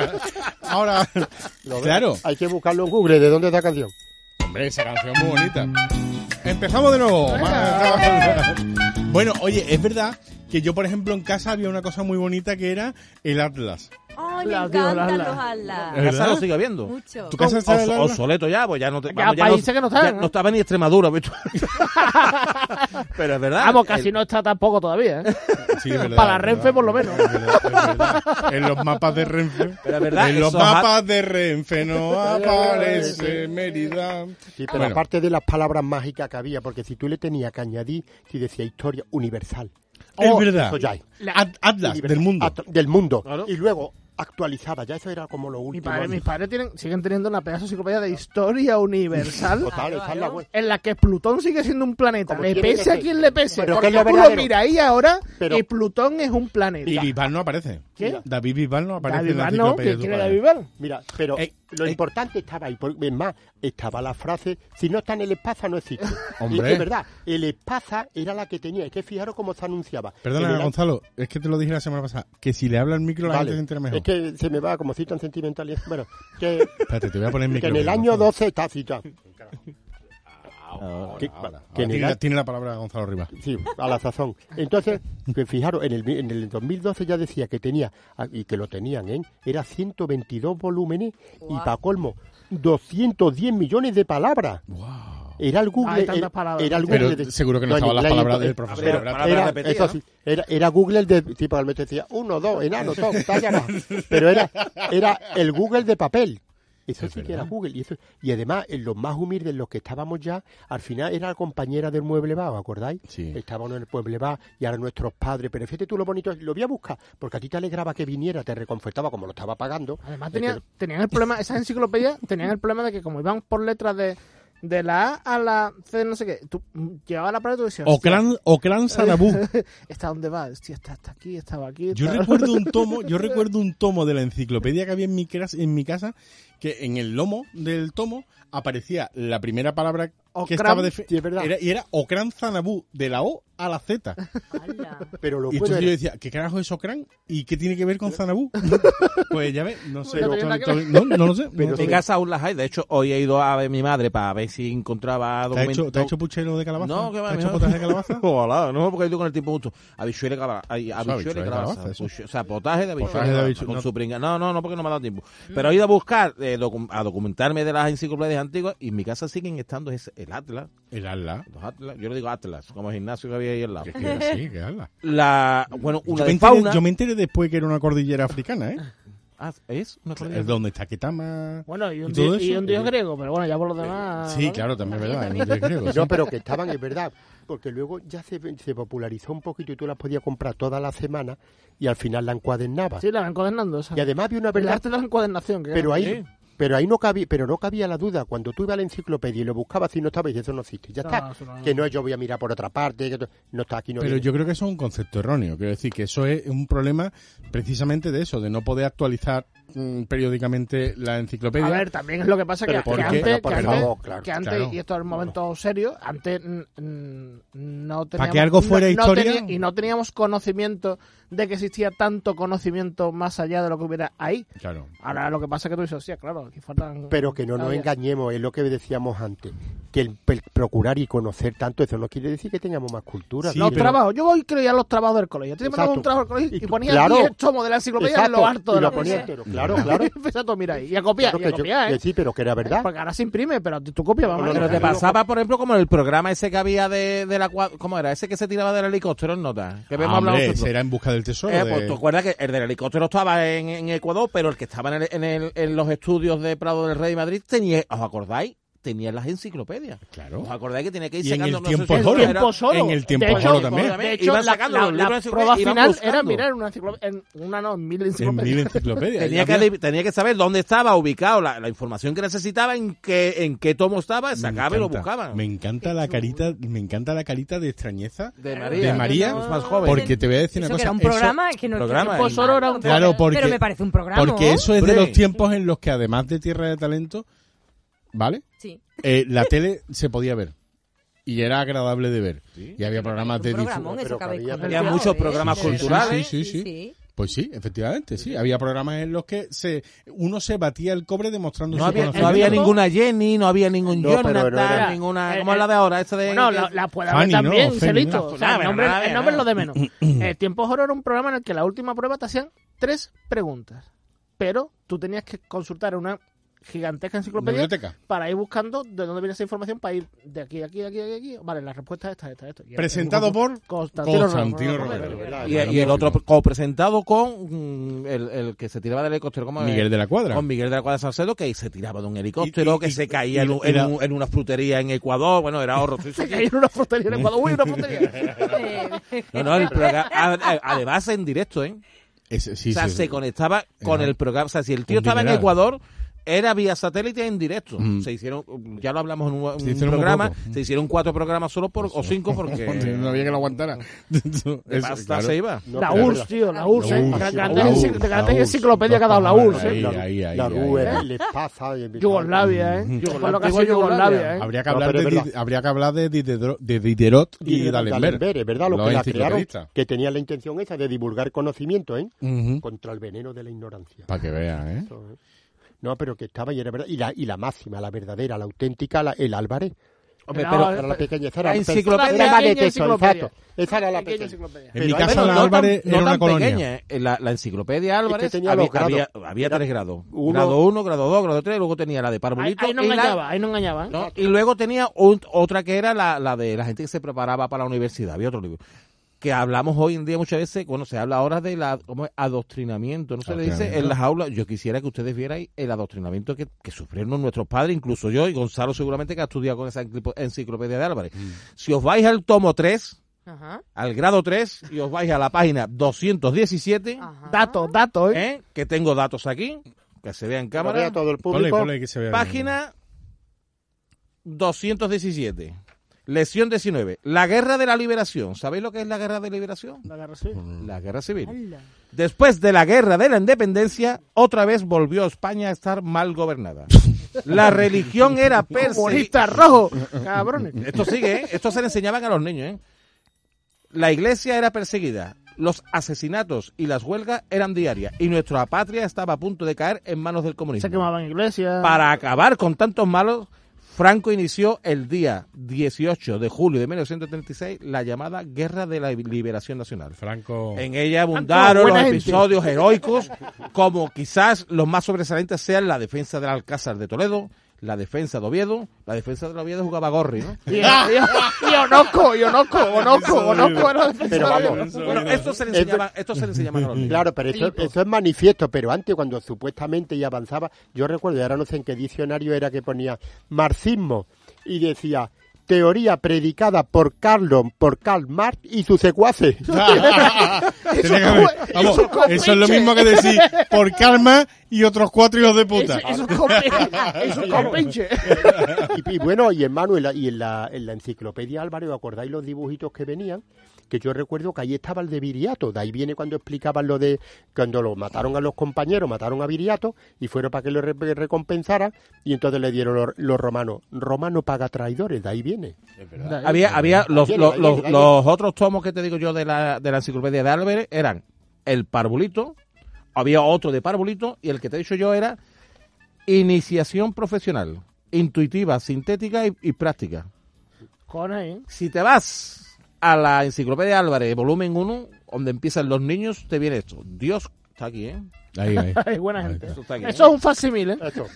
C: Ahora,
D: Lo ves.
C: claro.
D: Hay que buscarlo en Google, ¿de dónde es la canción?
C: Hombre, esa canción muy bonita. Empezamos de nuevo. Bueno, oye, es verdad que yo, por ejemplo, en casa había una cosa muy bonita que era el Atlas.
E: Ay, me
F: La tío, la,
E: encantan
F: la.
E: los alas.
C: ¿Es
G: Esa
C: verdad?
G: lo sigue habiendo.
E: Mucho.
H: Oh,
C: ¿Tu casa
G: O-
C: está el Atlas?
G: obsoleto ya, pues ya no, te-
F: Ya
G: vamos,
F: países que no están,
G: ya
F: ¿no?
G: no estaba ni Extremadura. ¿viste? Pero es verdad.
F: Ah, Vamos,
G: el-
F: casi no está tampoco todavía, ¿eh?
C: Sí, es verdad,
F: Para la
C: es
F: Renfe,
C: verdad,
F: por lo menos.
C: es verdad, es verdad. En los mapas de Renfe.
G: Pero es verdad,
C: en los
G: esos
C: mapas de Renfe no aparece Mérida.
D: Sí, pero
C: Bueno.
D: aparte de las palabras mágicas que había, porque si tú le tenías que añadir, si decía historia universal.
C: es
D: Oh,
C: verdad.
D: eso ya hay.
C: At- Atlas
D: Universal.
C: del mundo.
D: At- del mundo.
G: Claro.
D: Y luego actualizada, ya eso era como lo
F: Mi
D: último.
F: padre, mis padres tienen, siguen teniendo una pedazo de enciclopedia de historia universal
D: Total, está en la web.
F: en la que Plutón sigue siendo un planeta.
D: Como
F: Le
D: tiene que
F: pese a
D: ser.
F: quien le pese.
D: Pero
F: porque
D: que es lo
F: tú lo
D: verdadero.
F: miras ahí ahora
D: Pero-
F: y Plutón es un planeta.
C: Y Bisbal no aparece.
F: ¿Qué?
C: David Bisbal no aparece
F: David
C: en la
F: Bar, ¿no?
C: enciclopedia
F: ¿Qué
C: de tu
F: quiere
C: padre.
F: David Bar?
D: Mira, pero
C: Ey,
D: lo
C: ey.
D: importante estaba ahí, porque es más, estaba la frase, si no está en el espacio no existe.
C: Hombre.
D: Y es verdad, el espacio era la que tenía, es que fijaros cómo se anunciaba.
C: Perdona,
D: En el-
C: Gonzalo, es que te lo dije la semana pasada, que si le habla el micro la
D: Vale.
C: gente se entera mejor.
D: Es que se me va como soy tan sentimental. y es- Bueno, que,
C: Espérate, te voy a poner el
D: que
C: micro.
D: en el año 12 está cita. Que, que en el
C: Ah, tiene,
D: año-
C: la- tiene la palabra Gonzalo Rivas.
D: Sí, a la sazón. Entonces, que fijaros, en el, en el 2012 ya decía que tenía, ah, y que lo tenían, ¿eh? Era 122 volúmenes y para colmo, 210 millones de palabras. Era el Google.
F: Hay tantas
D: era-
F: palabras.
D: era el
C: Pero
D: Google de-
C: seguro que no
D: en
C: estaban las
D: inglés,
C: palabras
D: en-
C: del profesor
D: pero
G: Braga.
D: era,
G: Palabras
D: eso
G: repetidas,
D: sí, era, era Google el de. Sí, probablemente decía uno, dos, enano, top, talla abajo. Pero era, era el Google de papel. Eso sí que era Google. Y, eso, y además, en los más humildes, los que estábamos ya, al final era la compañera del mueble va, ¿os acordáis?
C: Sí.
D: Estábamos en el mueble va y ahora nuestros padres. Pero fíjate tú lo bonito, es- lo voy a buscar, porque a ti te alegraba que viniera, te reconfortaba como lo estaba pagando.
F: Además
D: Eh,
F: tenía-
D: pero-
F: tenían el problema, esas enciclopedias tenían el problema de que como iban por letras de, de la A a la C, no sé qué, tú mm, llegabas a la pared y tú decías, hostia,
C: Oclan, Oclan Sarabú.
F: ¿está dónde va? Hostia, está, está aquí, estaba aquí.
C: Yo
F: está-
C: recuerdo un tomo, yo recuerdo un tomo de la enciclopedia que había en mi, cras- en mi casa, que en el lomo del tomo aparecía la primera palabra que
F: Ocran,
C: estaba de
D: sí, es verdad.
C: era, y era Ocran Zanabú, de la O a la Z.
G: Pues
E: Ala.
D: Pero lo
C: Y entonces
D: bueno era-
C: yo decía, ¿qué carajo es Ocran? ¿Y qué tiene que ver con Zanabú? Pues ya ves, no sé.
F: No
C: to-
F: tiene nada que
C: to-
F: ver.
C: no, no lo sé. no lo
G: En
C: sé.
G: mi casa aún las hay. De hecho, hoy he ido a ver mi madre para ver si encontraba
C: ¿Te ha,
G: documentos.
C: hecho, ¿Te ha hecho puchero de calabaza?
G: No, que va,
C: ¿Te ha hecho
G: mejor.
C: potaje de calabaza?
G: Ojalá, no, porque he ido con el tipo justo. Habichuela y calabaza. ay, Habichuela
C: habichuela
G: y
C: y
G: calabaza.
C: calabaza, eso.
G: Habichu- O sea, potaje de habichuela.
C: Potaje de
G: y
C: habichu-
G: calabaza, Con
C: no. Mm.
G: su pringa. No, no, no, porque no me ha dado tiempo. Pero he ido a buscar, eh, docu- a documentarme de las enciclopedias antiguas y en mi casa siguen estando ese- el Atlas.
C: El ala.
G: Los Atlas. Yo le digo Atlas, como gimnasio que había ahí al lado.
C: Que es que era así, que ala.
G: La, bueno, una
C: Yo me,
G: de
C: enteré,
G: fauna.
C: yo me enteré después que era una cordillera africana, ¿eh?
G: Ah, ¿es? Una cordillera.
C: Es donde está Ketama.
F: Bueno, y un,
C: ¿Y todo
F: dios, y
C: eso? Eh,
F: un dios griego, pero bueno, ya por lo demás...
C: Sí,
F: ¿vale?
C: claro, también es verdad. es griego, sí.
D: No, pero que estaban, es verdad. Porque luego ya se, se popularizó un poquito y tú las podías comprar toda la semana y al final la encuadernabas.
F: Sí, la van encuadernando esa.
D: Y además había una
F: el
D: verdad,
F: arte de la encuadernación. que
D: pero
F: era-
D: ahí, Pero ahí no cabía, pero no cabía la duda. Cuando tú ibas a la enciclopedia y lo buscabas y no estaba, y dices, eso no existe. Ya
F: No,
D: está.
F: eso no-
D: Que no, yo voy a mirar por otra parte, que no- no está aquí, no
C: Pero
D: viene.
C: yo creo que eso es un concepto erróneo. Quiero decir que eso es un problema precisamente de eso, de no poder actualizar mm, periódicamente la enciclopedia.
F: A ver, también es lo que pasa que,
D: Pero
F: que
D: ¿por qué?
F: antes,
D: Pero por
F: que antes-
D: favor, claro,
F: que antes,
C: claro.
F: y esto es un momento serio, antes mm, mm, no teníamos...
C: que algo fuera
F: no- no
C: historia.
F: teni- y no teníamos conocimiento de que existía tanto conocimiento más allá de lo que hubiera ahí.
C: Claro.
F: Ahora lo que pasa es que tú dices, hostia, claro, aquí faltan...
D: Pero que no nos
F: todavía".
D: engañemos, es lo que decíamos antes. Que el, el procurar y conocer tanto, eso no quiere decir que tengamos más cultura.
C: Sí,
D: ¿no?
F: los
C: pero-
F: trabajos, yo voy creía los trabajos del colegio. Yo te mandaba
D: Exacto.
F: un trabajo del colegio
D: Y
F: y,
D: tú-
F: ponía
D: claro.
F: 10 tomos de la enciclopedia en lo
D: Exacto,
F: alto de
D: y
F: la
D: lo ponía
F: universidad.
D: entero, Claro, claro.
F: Empezaba todo, mira, y a copiar,
D: Claro
F: y a
D: que yo-
F: copiar, ¿eh?
D: que sí, pero que era verdad.
F: Porque ahora se imprime, pero tú copias, mamá.
G: Pero
D: no,
G: te
D: no, no.
G: pasaba, por ejemplo, como en el programa ese que había de, de la... cua- ¿Cómo era? Ese que se tiraba del helicóptero en nota. Que
C: Ah,
G: habíamos hablado
C: hombre,
G: nosotros.
C: será en busca del tesoro.
G: Eh,
C: de-
G: pues, ¿Tú acuerdas que el del helicóptero estaba en, en Ecuador, pero el que estaba en, el- en el- en los estudios de Prado del Rey de Madrid tenía, ¿os acordáis? Tenía las enciclopedias.
C: Claro.
G: ¿Os acordáis que tenía que ir
C: Y en
G: sacando
C: el
G: no sé
C: tiempo
G: si
C: es oro.
G: era-
F: tiempo solo.
C: Pues En el tiempo
F: de
C: es
F: hecho,
C: oro también.
F: De hecho,
G: Iban
F: la,
G: sacando
F: la-
G: los libros
F: la
G: de su-
F: prueba
G: iban
F: final
G: buscando.
F: era mirar en una enciclopedia, en una no, en mil
C: En
F: enciclopedias.
C: mil enciclopedias.
G: Tenía que, adiv- tenía que saber dónde estaba ubicado la, la información que necesitaba, en qué, en qué tomo estaba,
C: Me
G: sacaba y lo
C: encanta,
G: buscaban.
C: Me encanta la carita, me encanta la carita de extrañeza
G: De
C: de
G: María.
C: María,
G: Es más joven.
C: porque te voy a decir una
E: Eso
C: cosa.
E: que era un
C: eso-
E: programa que no
G: programa,
E: que-
G: eh.
F: Solo era un-
C: Claro, porque-
E: Pero me parece un programa.
C: porque eso es de
G: Hombre.
C: los tiempos en los que además de Tierra de Talento, ¿vale?
E: Sí.
C: Eh, la tele se podía ver y era agradable de ver. Y había programas de
E: Un
C: difusión.
E: programón, eso
D: pero
E: que habéis
D: había-
E: contado,
G: había muchos
E: ¿eh?
G: programas
E: De verdad.
G: culturales.
C: Sí, sí, sí. Pues sí, efectivamente, sí. Había programas en los que se uno se batía el cobre demostrando
G: No
C: su
G: había, no
C: conocimiento.
G: había ninguna Jenny, no había ningún
D: No,
G: Jonathan,
D: pero no era-
G: ninguna...
F: Eh,
G: ¿Cómo es
F: eh,
G: la de ahora? Esta de...
F: Bueno, la, la puede haber
C: Fanny, ¿no?
F: también,
C: Fanny,
F: Celito.
C: ¿no?
F: O sea,
G: No,
F: el
G: pero
F: nombre,
G: nada,
F: el nombre es
G: nada.
F: lo de menos. Eh, Tiempos Oro era un programa en el que la última prueba te hacían tres preguntas. Pero tú tenías que consultar una gigantesca enciclopedia
C: biblioteca.
F: para ir buscando de dónde viene esa información para ir de aquí, aquí, aquí, aquí, aquí. Vale, la respuesta es esta, esta, esta. Y-
C: Presentado por
F: Constantino,
C: Constantino
F: Romero.
C: Romero.
D: ¿verdad?
G: Y, y el otro copresentado con mm, el, el que se tiraba del helicóptero, ¿cómo es?
C: Miguel de la Cuadra.
G: Con Miguel de la Cuadra Salcedo, que se tiraba de un helicóptero,
C: Y- y-
G: que
C: y-
G: se caía
C: y-
G: en, un-
C: y la-
G: en un- en una frutería en Ecuador. Bueno, era horroroso.
F: Se cayó en una frutería en Ecuador. Uy, una frutería.
E: Eh,
G: No, no, el programa. a- a- Además, en directo, ¿eh?
C: Ese- sí,
G: o sea,
C: sí,
G: se
C: sí.
G: conectaba con
C: Era
G: el programa. O sea, si el
C: un
G: tío estaba en
C: dineral.
G: Ecuador, era vía satélite en directo.
C: Mm.
G: Se hicieron, ya lo hablamos en un,
C: Se
G: un
C: hicieron muy
G: programa,
C: poco.
G: se hicieron cuatro programas solo por, o cinco porque.
C: no había que lo aguantara. Eso,
G: de pasta
C: claro.
G: se iba. ¿eh?
D: No,
F: la
D: pero es
F: URSS,
D: verdad.
F: tío, la URSS.
C: La
F: eh.
C: URSS,
F: Gran-
C: la
F: grandes
C: URSS,
F: encicl-
C: la
F: grandes
C: URSS.
F: enciclopedias que ha dado la URSS. eh.
C: Ahí,
D: la,
C: ahí, ahí,
D: la
C: ahí,
D: RUE,
C: ahí.
D: les pasa. y-
F: Yugoslavia, ¿eh? Fue lo que ha sido Yugoslavia, ¿eh?
C: Habría que
D: No,
C: hablar,
D: pero
C: de,
D: es
C: Did-
D: verdad.
C: habría que hablar de, Diderot, de Diderot y,
D: de
C: D'Alembert.
D: D'Alembert, es verdad, lo
C: Los
D: que la crearon,
C: enciclopedistas.
D: que tenía la intención esa de divulgar conocimiento, ¿eh?
C: Ujú.
D: Contra el veneno de la ignorancia.
C: Para que vean, ¿eh?
D: Eso, ¿eh? No, pero que estaba y era verdad. Y la, y la máxima, la verdadera, la auténtica, la- el Álvarez.
G: Hombre,
F: No,
G: pero,
F: eh,
D: Era la pequeña, esa era
G: la
D: la era la
G: enciclopedia-
D: de
F: pequeña
D: texto,
F: enciclopedia.
D: exacto. Esa era la
F: Pequeña
D: pequeña.
F: enciclopedia.
C: En
D: Pero
C: mi
D: hay-
C: casa
G: Bueno,
C: la
G: no
C: Álvarez
G: tan- no
C: era una
G: tan
C: colonia.
G: pequeña, eh. La, la enciclopedia Álvarez
D: tenía
G: había,
D: los grados.
G: había- había tres grados.
D: uno-
G: grado 1, grado 2, grado 3, luego tenía la de
F: Ahí,
G: Parvulito.
F: ahí no
G: y, la-
F: engañaba, ahí no engañaba. ¿eh?
G: ¿no? Y luego tenía un- otra que era la, la de la gente que se preparaba para la universidad. Había otro libro. Que hablamos hoy en día muchas veces, bueno, se habla ahora de la ¿cómo es? adoctrinamiento, no se le dice
C: Adoctrinamiento.
G: en las aulas. Yo quisiera que ustedes vieran el adoctrinamiento que, que sufrieron nuestros padres, incluso yo y Gonzalo seguramente que ha estudiado con esa enciclo- enciclopedia de Álvarez.
D: Mm.
G: Si os vais al tomo 3,
E: Ajá,
G: al grado 3 y os vais a la página 217,
E: ajá.
F: Datos, datos, ¿eh?
G: ¿eh? que tengo datos aquí, que se vea en
D: Lo
G: cámara.
D: vea todo el
C: Ponle,
D: público.
C: ponle que se vea bien.
G: Página 217. Lección 19. La guerra de la liberación. ¿Sabéis lo que es la guerra de liberación?
F: La guerra civil.
G: La guerra civil.
E: Hala.
G: Después de la guerra de la independencia, otra vez volvió España a estar mal gobernada. La religión era perseguida.
F: Comunista rojo, cabrones.
G: Esto sigue, ¿eh? Esto se le enseñaban a los niños, ¿eh? La iglesia era perseguida, los asesinatos y las huelgas eran diarias, y nuestra patria estaba a punto de caer en manos del comunismo.
F: Se quemaban iglesias.
G: Para acabar con tantos malos, Franco inició el día 18 de julio de 1936 la llamada Guerra de la Liberación Nacional.
C: Franco.
G: En ella abundaron los
F: buena gente.
G: episodios heroicos, como quizás los más sobresalientes sean la defensa del Alcázar de Toledo, la defensa de Oviedo, la defensa de Oviedo jugaba Gorri, ¿no?
F: Y, y, y Onoco, y Onoco, Onoco, Onoco era defensor
D: Pero
F: de-
D: vamos,
G: Bueno, esto se le enseñaba, esto se le enseñaba a los niños.
D: Claro, pero eso, eso es manifiesto, pero antes cuando supuestamente ya avanzaba, yo recuerdo, y ahora no sé en qué diccionario era que ponía marxismo y decía teoría predicada por Carlon, por Karl Marx y sus secuaces.
C: Tiene que haber-
F: fue-
C: vamos,
F: eso fue
C: eso es lo
F: pinche.
C: mismo que decir por calma y otros cuatro hijos de puta.
F: Eso eso es compinche. Eso es compinche.
D: y, y bueno, y en Manu, en la, y en la, en la enciclopedia Álvaro, ¿os ¿acordáis los dibujitos que venían? Que yo recuerdo que ahí estaba el de Viriato, de ahí viene cuando explicaban lo de cuando lo mataron a los compañeros, mataron a Viriato y fueron para que lo re- recompensara y entonces le dieron los, los romanos, romano paga traidores, de ahí viene.
G: Había, había los,
D: Ahí
G: los,
D: viene, ahí
G: los,
D: viene, ahí
G: los otros tomos que te digo yo de la, de la enciclopedia de Álvarez eran el parvulito, había otro de parvulito y el que te he dicho yo era iniciación profesional, intuitiva, sintética y, y práctica.
F: Conan, ¿eh?
G: Si te vas a la enciclopedia de Álvarez, volumen 1, donde empiezan los niños, te viene esto. Dios está aquí, ¿eh?
C: Ahí, ahí.
F: Ay, buena gente.
G: Eso está aquí, ¿eh?
F: Eso es un facsimile. ¿eh?
D: Eso.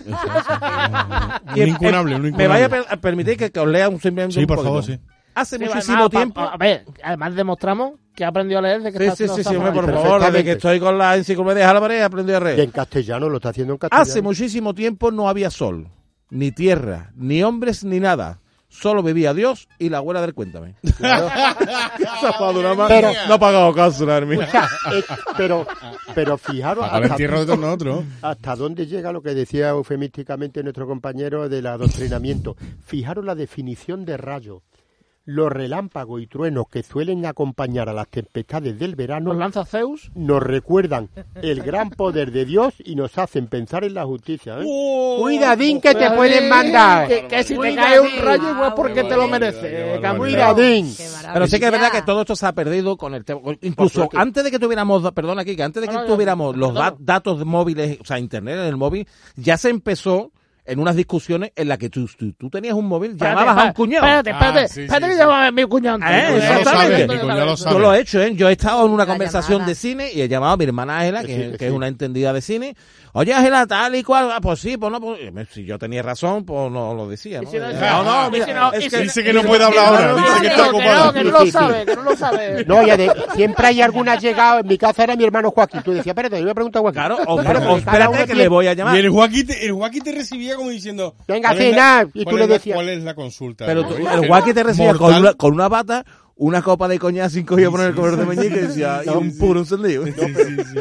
C: Un incunable, un
G: Me
C: incunable.
G: vaya a per- a permitir que, que os lea un simplemente
C: Sí,
G: un
C: por
G: poquito.
C: favor, sí.
G: Hace
F: Sí,
G: muchísimo
F: nada, pa-
G: tiempo...
F: A ver, además demostramos que aprendió a leer de que
G: Sí,
F: está
G: sí,
F: haciendo
G: sí, sí,
F: esa
G: hombre, por
F: maravilla.
G: favor, desde que
D: Perfectamente.
G: estoy con la enciclopedia de Álvarez he aprendido a
D: Y
G: leer.
D: en castellano lo está haciendo en castellano.
G: Hace muchísimo tiempo no había sol, ni tierra, ni hombres, ni nada. Solo vivía Dios y la abuela del cuéntame.
D: Pero-
G: no ha pagado caso, la hermana.
D: Eh, pero, pero fijaros
C: Para el
D: hasta,
C: entierro de todos nosotros.
D: hasta dónde llega lo que decía eufemísticamente nuestro compañero del adoctrinamiento. Fijaros la definición de rayo. Los relámpagos y truenos que suelen acompañar a las tempestades del verano
F: Nos lanza Zeus.
D: nos recuerdan el gran poder de Dios y nos hacen pensar en la justicia. ¿eh?
G: Uh,
D: Cuidadín que te pueden mandar.
F: Que, que si te
D: Cuidadín.
F: cae un rayo, igual
E: Wow.
F: porque te lo merece.
C: Qué barbaridad, qué
F: campeón.
C: barbaridad.
D: Cuidadín.
E: Qué maravilla.
G: Pero sí que es verdad que todo esto se ha perdido con el tema. con- Incluso
D: suerte.
G: antes de que tuviéramos, perdón aquí, que antes de que
F: No, no, no,
G: tuviéramos los da-
F: no.
G: datos móviles, o sea, internet en el móvil, ya se empezó en unas discusiones en las que tú, tú, tú tenías un móvil,
F: Espérate,
G: llamabas a un
F: espérate,
G: cuñado.
F: Espérate, espérate.
C: Ah, sí,
F: espérate
C: sí,
F: que
C: sí.
F: llamaba a mi cuñado.
G: Eh,
F: antes.
G: mi cuñado lo sabe,
F: Exactamente.
G: mi
C: cuñado lo sabe.
G: Yo lo he hecho, ¿eh? Yo he estado en una
E: La
G: conversación
E: llamada.
G: de cine y he llamado a mi hermana Ángela,
D: Sí,
G: que,
D: sí,
G: que es
D: sí.
G: una entendida de cine. Oye, Ángela, tal y cual. Ah, pues sí, pues no. pues- si yo tenía razón, pues no lo decía.
F: Y
G: ¿no?
F: si no-
G: no, no, mira,
F: y si no-
G: es
F: y
G: que-
F: si-
C: Dice que no puede hablar ahora. Dice que está
F: no,
C: ocupado.
F: no, que no lo sabe, que no lo sabe.
D: No, ya de- siempre hay alguna llegada. En mi casa era mi hermano Joaquín. Tú decías, espérate, yo voy a preguntar a Joaquín.
G: Claro, o,
D: Claro,
G: o
D: porque cada uno
G: espérate que
D: tiene-
G: le voy a
C: Y
G: llamar.
C: el Joaquín te, el Joaquín te recibía como diciendo...
D: Venga,
C: ¿cuál es la-
D: cena, y
C: cuál
D: tú le
C: es la-
D: decías-
C: ¿Cuál es la consulta?
G: Pero tú-
C: ¿no?
G: el guaki te recibía con
C: Mortal.
G: una, con una bata, una copa de coñac sin coger poner el color de meñique y decía, y un puro encendido.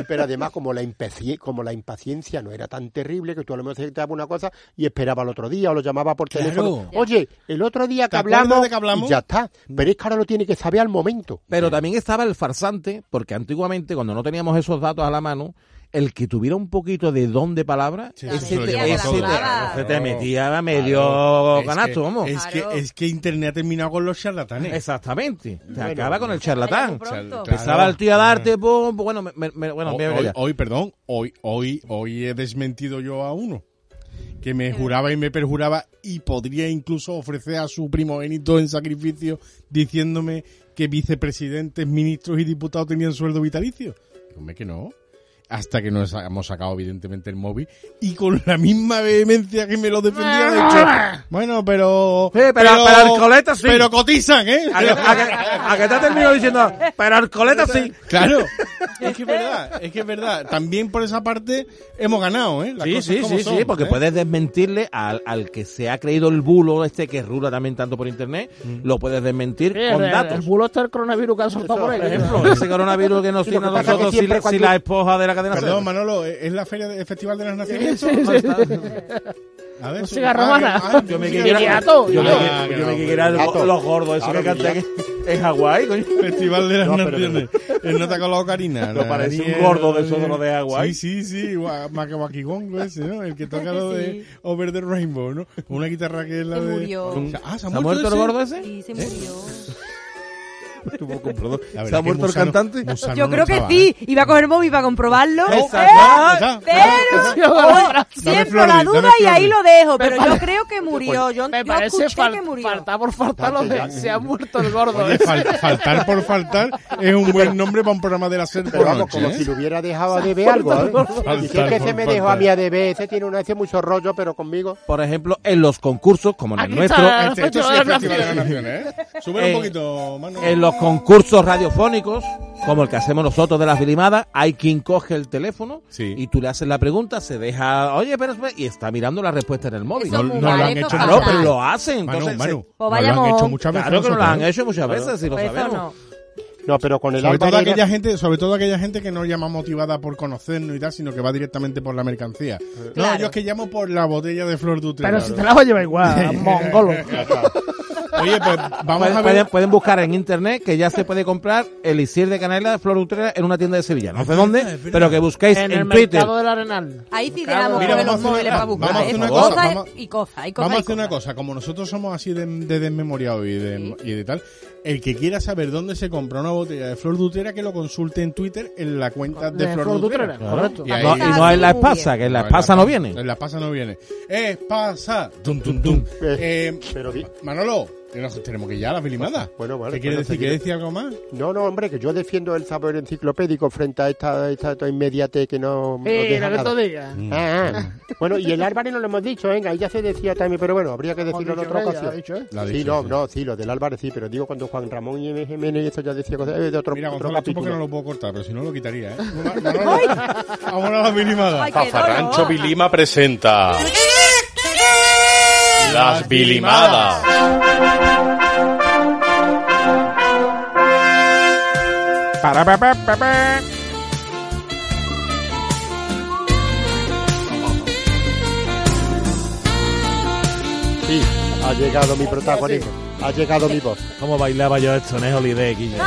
D: Pero además, como la, impaci- como la impaciencia no era tan terrible, que tú a lo mejor te daba una cosa y esperaba el otro día o lo llamaba por teléfono.
C: Claro.
D: Oye, el otro día que
C: ¿Te acuerdas
D: hablamos,
C: de que hablamos? Mm.
D: y ya está. Pero es que ahora lo tiene que saber al momento.
G: Pero también estaba el farsante, porque antiguamente, cuando no teníamos esos datos a la mano, el que tuviera un poquito de don de palabra,
C: Sí,
E: eso
G: ese,
E: se lo
G: te,
E: llevaba
G: ese
E: todo.
G: te-
E: Claro.
G: se te metía a
C: Claro.
G: medio
C: Es
G: canasto,
C: que-
G: vamos.
C: Es que,
E: Claro.
C: es que Internet ha terminado con los charlatanes.
G: Exactamente. Te acaba con el charlatán.
E: pues Pronto.
C: Charlatán.
G: Empezaba el tío a darte, pum, pum, bueno, me- me- me- bueno,
C: Ho-
G: me-
C: hoy,
G: ya.
C: hoy, perdón, hoy, hoy, hoy he desmentido yo a uno que me juraba y me perjuraba y podría incluso ofrecer a su primogénito en sacrificio diciéndome que vicepresidentes, ministros y diputados tenían sueldo vitalicio. Hombre, que no. Hasta que nos hemos sacado, evidentemente, el móvil y con la misma vehemencia que me lo defendía, he dicho, bueno, pero.
G: Ah. Sí, pero- pero el coleta sí.
C: Pero cotizan, ¿eh?
G: A que, a que- a que te ha terminado diciendo, pero al coleta sí.
C: Claro, es que es verdad, es que es verdad. También por esa parte hemos ganado, ¿eh? Las
G: Sí,
C: cosas
G: sí,
C: como
G: sí,
C: son,
G: sí, porque
C: ¿eh?
G: puedes desmentirle al, al que se ha creído el bulo este que rula también tanto por internet, lo puedes desmentir
F: Sí,
G: con
F: el- El
G: datos.
F: bulo está el coronavirus que han soltado por ahí.
G: Por ejemplo, ese coronavirus que nos
D: Sí, lo
G: tiene a
D: que pasa es que
G: nosotros si,
D: siempre
G: la-
D: cuando-
G: si la esposa de la cadena
C: Perdón,
G: ser.
C: Manolo, ¿eh, ¿es la feria del Festival de las Naciones? A ver,
F: Música
C: ah,
F: romana.
C: ah,
G: Yo me
C: música
G: quiero
C: romana.
F: Viriato.
G: yo me-
C: Ah,
G: yo
C: que
G: me
C: no,
G: quiero ir
D: Dato.
G: a los gordos, esos que
D: Claro,
G: cantan que- en Hawái, coño.
C: Festival de las
D: No, pero-
C: Naciones. Él no te ha colado Karina.
G: Lo
C: la-
G: parece un
C: Daniel,
G: gordo de esos de los de agua, ¿eh?
C: Sí, sí, sí. gua- Más que Guaquigongo ese, ¿no? El que toca lo de Over the Rainbow, ¿no? Una guitarra que es la
E: Se
C: de...
E: murió.
C: O sea, ah,
G: ¿Se ha muerto el gordo ese?
E: Sí, se murió.
C: La verdad
G: ¿Se ha
C: que
G: muerto el
C: Musano-
G: cantante?
C: Musano
E: Yo
C: no
E: creo que
C: estaba, ¿eh?
E: sí. Iba a coger el móvil para comprobarlo.
C: Exacto.
E: Pero
F: Dame
E: siempre
C: flores,
E: la
C: dame
E: duda y
C: flores.
E: ahí lo dejo. Pero
F: Me
E: yo
F: pare-
E: creo que murió. Yo,
F: Me
E: yo
F: parece
E: escuché
F: fal-
E: que murió.
F: falta por falta lo de se ha muerto el gordo.
C: Oye,
F: ese.
C: fal- faltar por faltar es un buen nombre para un programa de la SER por
D: Pero vamos,
C: noche,
D: como
C: ¿eh?
D: si le hubiera dejado a DB algo. ¿eh?
C: Faltar
D: Dice que
C: por
D: se me dejó a
C: faltar.
D: mí a DB. Ese tiene una, ese mucho rollo, pero conmigo.
G: Por ejemplo, en los concursos, como en el
F: Aquí
G: nuestro,
F: está.
C: Este, este sí es Festival de la Nación, ¿eh? Súbelo
G: Eh,
C: un poquito, mano.
G: en los concursos radiofónicos, como el que hacemos nosotros de las bilimadas, hay quien coge el teléfono
C: Sí.
G: y tú le haces la pregunta, se deja, oye, pero, espera", y está mirando la respuesta en el móvil.
C: No,
H: Eso
G: No,
H: es muy
C: no lo
H: mal,
C: han
H: eso
C: hecho
H: pasa.
G: no, pero lo hacen.
C: Manu,
G: Entonces,
C: Manu,
E: Pues
C: no lo han
E: vayamos.
C: hecho muchas veces.
G: Claro que nos lo han
C: nosotros,
G: hecho muchas
C: Claro.
G: veces, si lo
E: Pues eso
G: sabemos.
E: no.
D: No, pero con el
C: Sobre todo,
D: Álvarez era-
C: aquella gente, sobre todo aquella gente que no llama motivada por conocernos y tal, sino que va directamente por la mercancía. No,
E: Claro.
C: yo es que llamo por la botella de Flor Dutre.
F: Pero si te la vas a llevar igual, mongolo.
C: Oye, pues vamos
G: Pueden,
C: a
G: pueden-
C: ver.
G: pueden buscar en internet que ya se puede comprar el elixir de canela de Flor Utrera en una tienda de Sevilla. No sé dónde, pero que busquéis
F: En
G: en,
F: el
G: Twitter.
F: mercado del Arenal.
H: Ahí sí tenemos
F: Claro.
C: Mira, vamos a
H: que los
C: hacer-
H: móviles para
C: vamos
H: buscar.
G: a hacer
H: ¿eh?
G: una
H: Cosas
C: cosa, vamos-
H: y cosas, y cosas.
C: Vamos a
H: y
C: hacer una
H: cosas.
C: cosa, como nosotros somos así de, de desmemoriados y de,
H: Sí.
C: y de tal, el que quiera saber dónde se compra una botella de Flor Dutrera, que lo consulte en Twitter en la cuenta de, Flor, Dutrera.
G: Claro.
F: correcto.
C: Y ahí-
G: No, y no en la
H: Muy bien.
G: espasa, que en la espasa no viene.
C: En la espasa no viene. Espasa. Tum, tum, tum.
D: Eh,
C: Eh,
D: pero vi-
C: Manolo, que nos tenemos que ir ya a la filimada.
D: Bueno, vale,
C: ¿Qué quiere
D: bueno,
C: decir?
D: seguiré.
C: ¿Quiere decir algo más?
D: No, no, hombre, que yo defiendo el sabor enciclopédico frente a esta, esta, esta inmediate que no, no
F: Sí,
D: deja
F: lo que
D: nada.
F: tú digas.
D: Ah, ah. Bueno, y el Álvarez no lo hemos dicho, venga, ahí ya se decía también, pero bueno, habría que decirlo en
F: dicho
D: otra
F: ella, ha dicho
D: ocasión.
F: él.
C: Lo ha
D: Sí,
C: dicho,
D: no,
C: sí.
D: no, sí, lo del Álvarez sí, pero digo cuando Juan Ramón y Jiménez y eso ya decía cosas eh, de otro,
C: Mira,
D: otro
C: Gonzalo, tú porque
D: capítulo.
C: no lo puedo cortar, pero si no lo quitaría, ¿eh? Manolo, Vamos a la filimada.
H: Ay, qué
A: Zafarrancho
H: dolor.
A: Vilima presenta. Las Vilimadas.
G: Para, pa, pa, pa, pa.
D: Sí, ha llegado mi protagonismo, ha llegado mi voz.
G: ¿Cómo bailaba yo esto en el Holiday, Guille?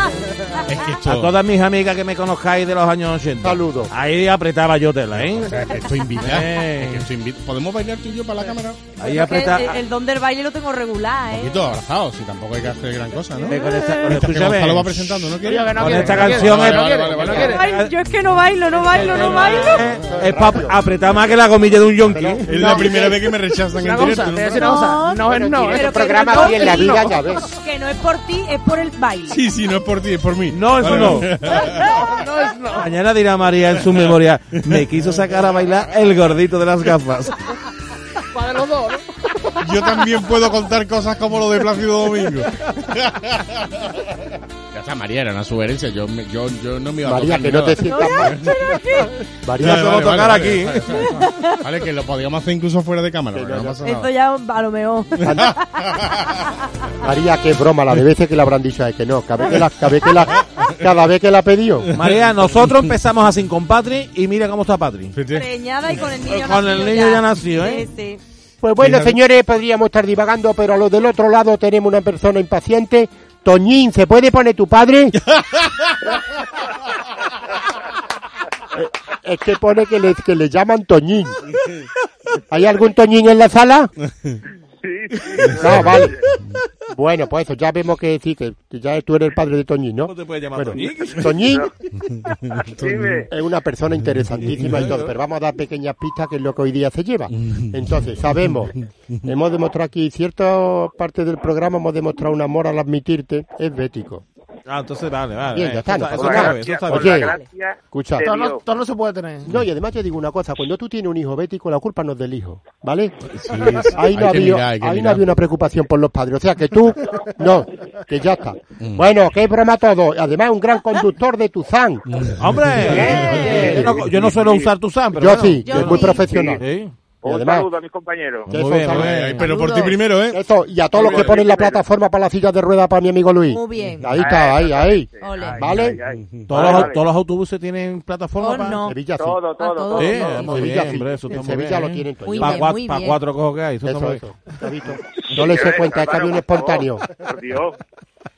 C: Es que
G: A
C: esto,
G: todas mis amigas que me conozcáis de los años 80.
D: Saludo.
G: Ahí apretaba yo tela, ¿eh?
C: o sea, que esto invita.
G: Eh.
C: es que esto invita. ¿Podemos bailar tú y yo para la cámara? Un
G: Ahí
H: Bueno, que
G: apretaba.
C: Eh,
H: el, el don del baile lo tengo regular, ¿eh?
C: poquito abrazados, si tampoco hay que hacer gran cosa, ¿no?
G: Eh, con esta- con-
C: Mientras que
G: escúchame.
C: Gonzalo va presentando, ¿no quiere?
F: Oye, que no
G: Con
F: quiere,
G: esta
F: que no quiere,
G: canción,
F: que no
G: eh,
F: quiere,
C: vale,
F: que no
C: vale,
F: quiere.
E: Ay, yo es que no bailo, no bailo, no bailo.
G: Eh, Es para apretar más que la gomilla de un yonki.
C: Es la primera vez que me rechazan
F: Una
C: en
F: cosa,
C: directo.
F: ¿eh? te voy
C: ¿no?
F: a decir una cosa. No es no,
H: pero
F: es
H: que
D: este programa
H: no-
D: hoy en la
H: que no-
D: vida, ya ves.
H: Que no es por ti, es por el baile.
C: Sí, sí, no es por ti, es por mí.
G: No, eso
C: Vale,
G: no.
C: vale.
F: No es no.
G: Mañana dirá María en su memoria, me quiso sacar a bailar el gordito de las gafas.
F: Va de los dos, ¿no?
C: Yo también puedo contar cosas como lo de Plácido Domingo. Ya está, María, era una sugerencia. Yo, me- yo, yo no me iba a
D: María,
C: tocar
D: que
C: ni
D: no
C: nada.
D: te sientas mal. María,
C: Vale,
D: no-
G: vamos a tocar aquí.
C: Vale, vale, vale. Vale, que lo podíamos hacer incluso fuera de cámara.
D: Que
C: porque
D: no,
C: no pasa
H: Esto
C: nada.
H: ya a lo mejor.
D: María, qué broma, la de veces que le habrán dicho, es que no, cada vez que la, cada vez que la, cada vez que la ha pedido.
G: María, nosotros empezamos así con Patri y mira cómo está Patri.
C: Fíjate.
H: Preñada y con el niño
G: Con el
H: nacido
G: niño ya nació, ¿eh?
H: Sí, sí.
D: Pues bueno,
C: Fíjate.
D: señores, podríamos estar divagando, pero a lo del otro lado tenemos una persona impaciente. Toñín, ¿se puede poner tu padre? Eh, es que pone que le, que le llaman Toñín. ¿Hay algún Toñín en la sala? No, vale. Bueno, pues eso, ya vemos que sí, que que ya tú eres el padre de Toñín, ¿no?
G: te puedes llamar
D: Bueno, Toñín
I: Dime,
D: es una persona interesantísima y todo, pero vamos a dar pequeñas pistas que es lo que hoy día se lleva. Entonces, sabemos, hemos demostrado aquí, cierta parte del programa hemos demostrado un amor al admitirte, es bético.
G: Ah, entonces vale, vale.
D: Bien, ya está, no
G: Eso
D: pasa
G: está
D: nada.
G: bien, eso está
I: con
G: bien.
D: Oye.
I: la gracia
D: Escucha.
I: de
F: Todo
I: Dios.
F: no, todo no se puede tener.
D: No, y además te digo una cosa, cuando tú tienes un hijo bético, la culpa no es del hijo, ¿vale?
C: sí. Hay
D: Ahí
C: que
D: no, había,
C: mirar, hay que
D: ahí no
C: mirar.
D: había una preocupación por los padres, o sea que tú, no, que ya está.
C: Mm.
D: Bueno, qué broma todo, además un gran conductor de Tuzán,
C: Mm.
G: Hombre, yo no, yo no suelo usar tu pero
D: yo
G: bueno.
D: sí,
H: yo
D: que es muy
H: sí.
D: profesional.
G: Sí.
D: Y
I: Un
D: además-
I: saludo a mis compañeros.
D: Que eso
G: Muy bien,
D: sabe-
G: muy bien.
C: Ay, pero por ti primero, ¿eh?
D: Eso, y a todos los que ponen la plataforma para la silla de ruedas para mi amigo Luis.
H: Muy bien.
D: Ahí está, ahí, ahí.
H: Ole.
I: Ay,
D: ¿Vale?
I: ay, ay.
G: Todos,
I: Vale,
G: los-
I: vale.
G: todos los autobuses tienen plataforma
H: Oh,
G: para...
H: no.
D: Sevilla sí.
I: Todo, todo,
H: todo.
I: todo.
G: Sí,
H: todo.
G: muy
D: Sevilla
G: bien,
D: sí.
G: hombre, eso está
D: En
G: muy
D: Sevilla
G: bien.
D: lo tienen todo.
H: Muy
G: Para
H: bien, muy bien.
G: cuatro cojos que hay, eso está
D: Eso,
G: muy
D: eso. ¿Has visto? No le se cuenta, es que había un espontáneo.
I: Por Dios.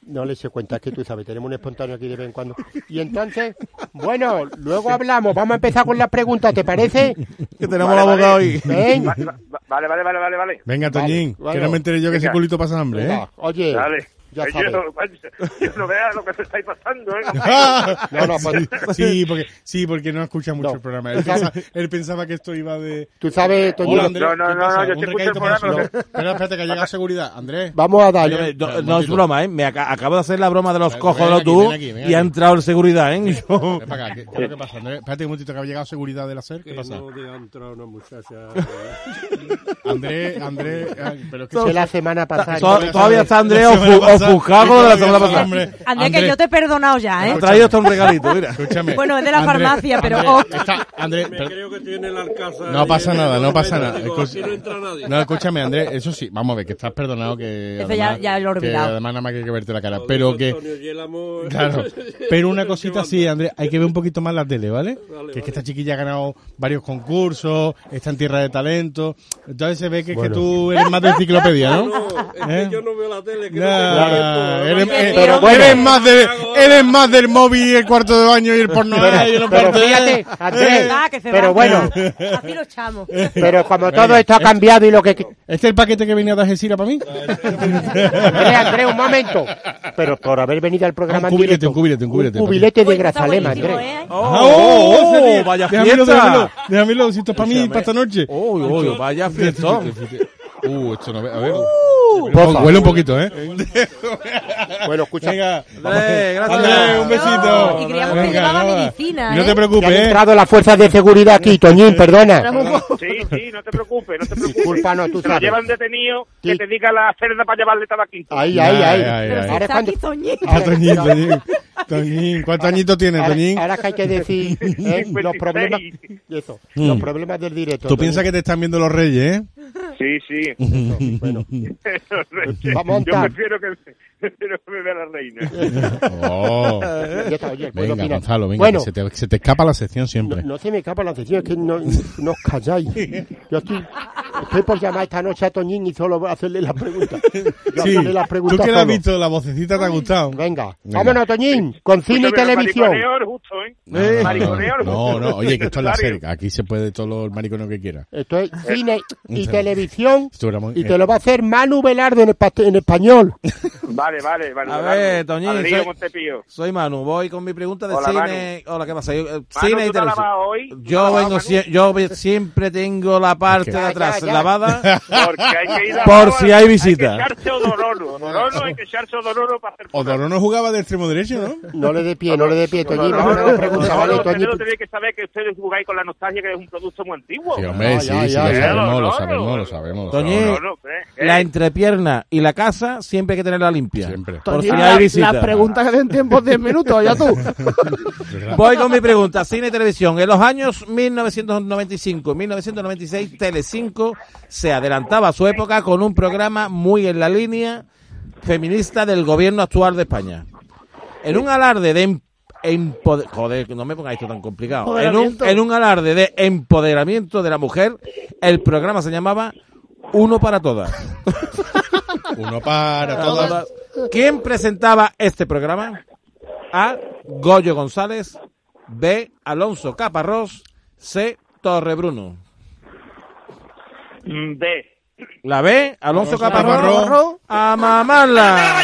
D: No le se cuenta, es que tú sabes, tenemos un espontáneo aquí de vez en cuando. Y entonces, bueno, luego hablamos. Vamos a empezar con las preguntas, ¿te parece?
G: Que tenemos
I: Vale,
G: la boca
I: vale.
G: hoy.
D: ¿Eh?
I: Va- va- Vale, vale, vale, vale, vale.
C: Venga,
D: Vale,
C: Toñín, que
D: bueno.
C: no me entere yo que ese
I: Venga.
C: culito pasa hambre, ¿eh?
D: Venga, Oye,
I: Dale.
D: ya
I: Ay,
D: sabes.
I: Yo, macho, yo no vea lo que se estáis pasando, ¿eh?
D: No, no, pues-
C: sí, porque, sí, porque no escucha mucho
D: No.
C: el programa. Él pensa- él pensaba, que esto iba de...
D: Tú sabes, Toño,
C: Hola, Andrés.
I: No, no,
C: ¿qué
I: no,
C: pasa?
I: no, yo
C: Un
I: te escucho
C: recadito
I: el
C: para
I: programa,
C: nosotros. Espera, espérate, que llega seguridad. Andrés,
D: vamos a dar.
G: Oye, eh,
C: Espera,
G: no,
C: un
G: no es
C: momentito.
G: broma, ¿eh? Me aca- acabo de hacer la broma de los
C: Ven,
G: cojos
C: ven
G: del
C: aquí,
G: autobús
C: ven aquí, ven
G: y ha
C: aquí.
G: entrado el seguridad, ¿eh? Yo-
C: ven para acá. ¿Qué, qué es lo que pasa? Andrés? espérate un momentito que ha llegado seguridad del hacer.
I: Eh,
C: ¿Qué pasa?
A: eh,
C: Andrés, Andrés... ay, pero es que
D: Que la semana pasada.
G: To- todavía está Andrea ofu- ofuscado
C: Yo
G: de la
C: todavía
G: semana
C: soy
G: pasada.
C: hombre.
H: Andrés, que
C: Andrés,
H: yo te he perdonado ya,
G: He
H: ¿eh?
G: traído hasta un regalito, mira.
C: escúchame.
H: Bueno, es de la
C: Andrés,
H: farmacia, pero- oh.
C: Andrés, está- Andrés,
A: Me
C: pero-
A: creo que tiene el alcázar.
C: no
A: ahí
C: pasa
A: en el
C: nada, no
A: documento.
C: pasa nada.
A: Digo,
C: Escu-
A: aquí no entra nadie.
C: No, escúchame, Andrés, eso sí, vamos a ver, que estás perdonado que.
H: Eso ya- ya lo he
C: que
H: olvidado.
C: además, nada más que hay que verte la cara.
A: Joder,
C: Pero que.
A: Antonio Yélamo.
C: eh, Claro, pero una cosita
A: Llevando.
C: sí, Andrés, hay que ver un poquito más la tele, ¿vale? que es que esta chiquilla ha ganado varios concursos, está en tierra de talento, entonces se ve que, es que tú eres más de enciclopedia, ¿no?
A: No, es
C: ¿Eh?
A: que yo no veo la tele. que no
C: Nah,
A: tengo
C: eres,
A: tiempo.
C: eh,
H: Pero
C: eres
H: bueno.
C: más de, eres más del móvil, el cuarto de baño y el porno. y los
D: pero
C: partidos.
D: fíjate, Andrés,
H: Ah, que se
D: pero
H: va,
D: bueno.
H: que se va. Así lo echamos.
D: Pero como
C: Venga,
D: todo esto ha
C: es-
D: cambiado y lo que...
C: ¿Este es el paquete que venía de Algeciras para mí?
D: Andrés, Andrés, un momento. Pero por haber venido al programa
C: Ah,
D: en
C: un cubilete,
D: directo.
C: un cubilete, un cubilete,
D: cubilete de
H: Oye, está
D: Grazalema,
H: buenísimo,
D: Andrés.
H: ¿eh?
G: ¡Oh!
C: ¡Oh!
G: oh,
C: ese día.
G: ¡Vaya
C: déjamelo, déjamelo,
G: fiesta!
C: déjamelo, si esto es para mí y para esta noche.
G: ¡Uy, uy! ¡Vaya
C: este
G: fiestón!
C: Uh, esto no ve- A ver. Uh,
D: Porfa.
C: Huele un poquito, ¿eh?
D: Bueno, escucha,
C: Venga.
G: Andrés, gracias.
C: Andrés, un besito.
H: No, y creíamos que
C: Venga,
H: llevaba
C: nada.
H: medicina,
C: Y No
H: ¿eh?
C: te
D: que
C: preocupes,
D: han
C: ¿eh?
D: entrado las fuerzas de seguridad aquí, Toñín, perdona.
I: Sí, sí, no te preocupes, no te preocupes.
D: Discúlpanos, tú
I: Te lo
D: sabes.
I: llevan detenido, que
D: Sí.
I: te diga la celda para llevarle tabaquito.
D: Ahí,
C: Ay,
D: ahí, ahí.
C: ay,
H: Pero
C: ay.
H: si
D: Ahora
H: está
D: cuando-
H: aquí Toñín.
C: Ah, Toñín, Toñín. Toñín, ¿cuántos añitos tienes,
D: Ahora,
C: Toñín?
D: ahora que hay que decir eh, los
I: 56.
D: problemas eso,
C: Mm.
D: los problemas del directo.
C: Tú piensas que te están viendo los reyes, ¿eh?
I: Sí, sí.
D: que bueno, Vamos a
I: Yo
D: montar.
I: prefiero que, prefiero que me vea la reina.
C: Oh.
D: ya está, oye, puedo
C: Venga,
D: opinar.
C: Gonzalo, venga,
D: bueno,
C: que se te, se te escapa la sección
D: no,
C: siempre.
D: no se me escapa la atención, es que no, no os calláis. Yo estoy, estoy por llamar esta noche a Toñín y solo voy a hacerle las preguntas. Yo
C: Sí,
D: hacerle las
C: tú
D: preguntas
C: que la has
D: solo.
C: visto, la vocecita te ha gustado.
D: Venga,
C: Venga.
D: vámonos Toñín, con cine y
I: Escúchame, los
D: televisión.
I: mariconeos, justo, ¿eh?
C: No, no,
I: Mariconeo,
C: no, no, no, oye, que esto es la
I: Necesario.
C: cerca. Aquí se puede todo lo- el mariconeo que quiera.
D: Esto es cine y televisión.
C: Estuviéramos-
D: Y
C: eh,
D: te lo va a hacer Manu Velardo en, el pa- en español.
I: Vale, vale, vale.
G: A ver, Toñín,
I: Adrián
G: soy-
I: Montepío.
G: Soy Manu, voy con mi pregunta de
I: Hola,
G: cine. Hola, ¿qué pasa? Yo, eh,
I: Manu,
G: cine y
I: ¿tú te has
G: televisión.
I: lavado hoy? ¿Tú te has
G: Yo,
I: lavado,
G: vengo,
I: Manu?
G: sie- yo ve- siempre tengo la parte
C: Ya,
G: de
D: ya,
G: atrás
D: ya.
G: lavada.
I: Porque hay que ir a
G: Por
I: Roa,
G: si hay visita.
I: Hay que echarse odororo. Odororo hay que echarse odororo para hacer.
C: Odoro no jugaba de extremo derecho, ¿no?
D: No le dé pie, no le dé pie, Toñín.
I: Odororo,
D: No, no,
I: odororo,
D: no, pregunta,
I: odororo,
D: vale, Toñín.
I: Tenéis tenéis que saber que ustedes jugáis con la nostalgia, que es un producto muy antiguo.
C: Sí, hombre,
D: No,
C: sí,
D: Ah, ya,
C: sí,
D: ya,
C: lo,
D: ya.
C: sabemos, lo
I: Odororo.
C: sabemos, lo sabemos, lo
G: Toñín.
C: sabemos.
I: Odororo, ¿eh? ¿Eh?
G: La entrepierna y la casa siempre hay que tenerla limpia.
C: Siempre.
G: Por si
F: Toñín,
G: hay
F: la-
G: visita.
F: Las preguntas que den tiempo 10 minutos, ya tú.
G: Voy con mi pregunta. Cine y televisión. En los años 1995-1996, Telecinco se adelantaba a su época con un programa muy en la línea feminista del gobierno actual de España. En un alarde de... em- empoder- Joder, no me pongáis esto tan complicado. En un,
F: Empoderamiento.
G: en un alarde de empoderamiento de la mujer, el programa se llamaba Uno para Todas.
C: Uno para todas.
G: ¿Quién presentaba este programa? A. Goyo González. B. Alonso Caparrós. C. Torrebruno.
I: Mm, De.
G: La B. Alonso
C: Caparrós.
G: Caparrós. A mamarla.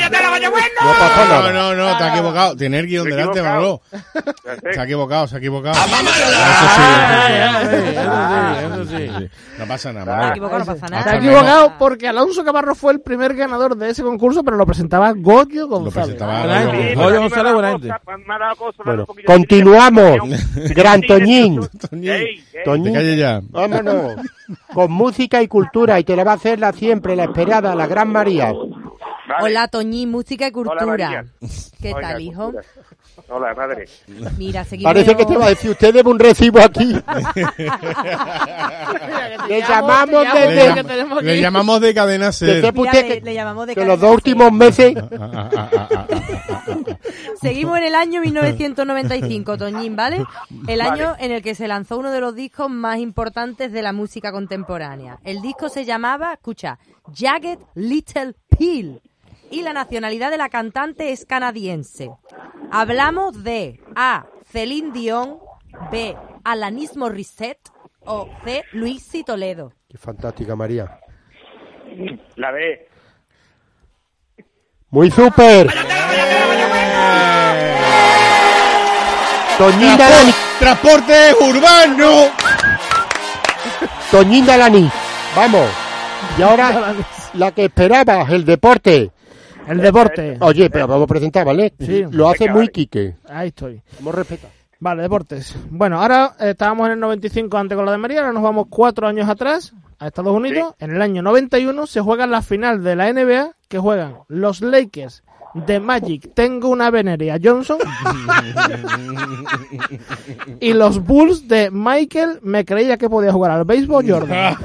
C: No, no, no, no, te has equivocado. Tiene el guión
I: Me he
C: delante, Manolo.
I: equivocado.
C: Se ha equivocado, se ha equivocado.
G: Ah,
C: Eso sí,
G: ya,
C: eso sí, eso sí. No pasa nada,
H: Me
D: Ah.
C: Manolo.
H: equivoco, no pasa
F: Te
H: nada.
F: has equivocado Ah, porque Alonso Camarro fue el primer ganador de ese concurso, pero lo presentaba Goyo González.
C: presentaba
G: Buena
C: Goyo
G: gente.
C: González.
I: Sí, pero
G: Goyo
I: a mí me ha dado
G: González,
I: cosa, me ha dado cosa, me ha dado
D: Bueno,
I: un poquillo de
D: continuamos.
I: dirección.
D: Gran
I: Sí,
D: Toñín.
I: sí, sí, sí.
C: Toñín.
I: Ey, ey.
C: Te
D: Toñín.
C: calles ya.
D: Vámonos. Con música y cultura. Y te la va a hacer la siempre, la esperada, la gran María.
I: Vale.
H: Hola, Toñín, música y cultura.
I: María.
H: ¿Qué
I: Hola,
H: tal, hijo?
I: cultura. Hola, madre.
H: Mira, seguimos.
D: Parece que te va a decir, usted debe un recibo aquí. Le llamamos
C: Le,
D: desde...
C: llam- le llamamos de cadena
D: desde
C: ser. Ah,
D: que
H: Mira,
D: usted
H: le,
D: que-
H: le llamamos de
D: que
H: Cádiz.
D: los dos últimos meses...
H: Seguimos en el año 1995, Toñín, ¿vale? El año en el que se lanzó uno de los discos más importantes de la música contemporánea. El disco se llamaba, escucha, Jagged Little Pill. Y la nacionalidad de la cantante es canadiense. Hablamos de A. Celine Dion, B. Alanis Morissette o C. Luisi Toledo.
D: Qué fantástica, María.
I: La B.
D: Muy súper. Toñín Dalani.
C: Transporte urbano.
D: Toñín Dalani. Vamos. Y ahora la que esperabas, el deporte.
F: El deporte.
D: Oye, pero vamos a presentar, ¿vale?
F: Sí.
D: Lo hace
I: Venga,
D: muy
I: vale.
D: Quique.
F: Ahí estoy.
D: Vamos a respetar.
F: Vale, deportes. Bueno, ahora eh, estábamos en el 95 antes con la de María, ahora nos vamos cuatro años atrás a Estados Unidos. En el año 91 se juega la final de la NBA que juegan los Lakers The Magic, tengo una veneria Johnson. y los Bulls de Michael, me creía que podía jugar al béisbol Jordan.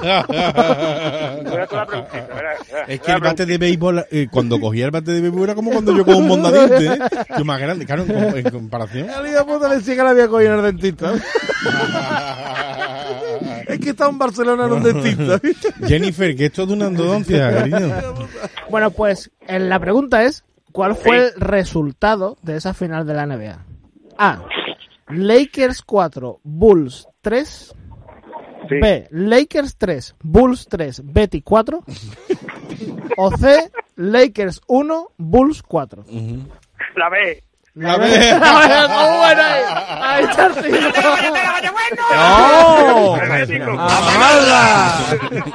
C: Es que el bate de béisbol, eh, cuando cogía el bate de béisbol era como cuando yo con un mondadiente, ¿eh? Yo más grande, claro, en, com- en comparación.
F: La liga
G: pues,
F: puta le decía que la había cogido en el dentista.
G: Es que está en Barcelona en un dentista.
C: Jennifer, que esto es de una endodoncia, cariño.
F: Bueno, pues eh, la pregunta es, ¿cuál fue el resultado de esa final de la NBA? A. Lakers 4, Bulls 3.
I: Sí.
F: B. Lakers 3, Bulls 3, Betty 4. o C. Lakers 1, Bulls 4.
I: La B.
C: A ver.
F: ¿Cómo era ahí? Ahí está el tío.
G: ¡No!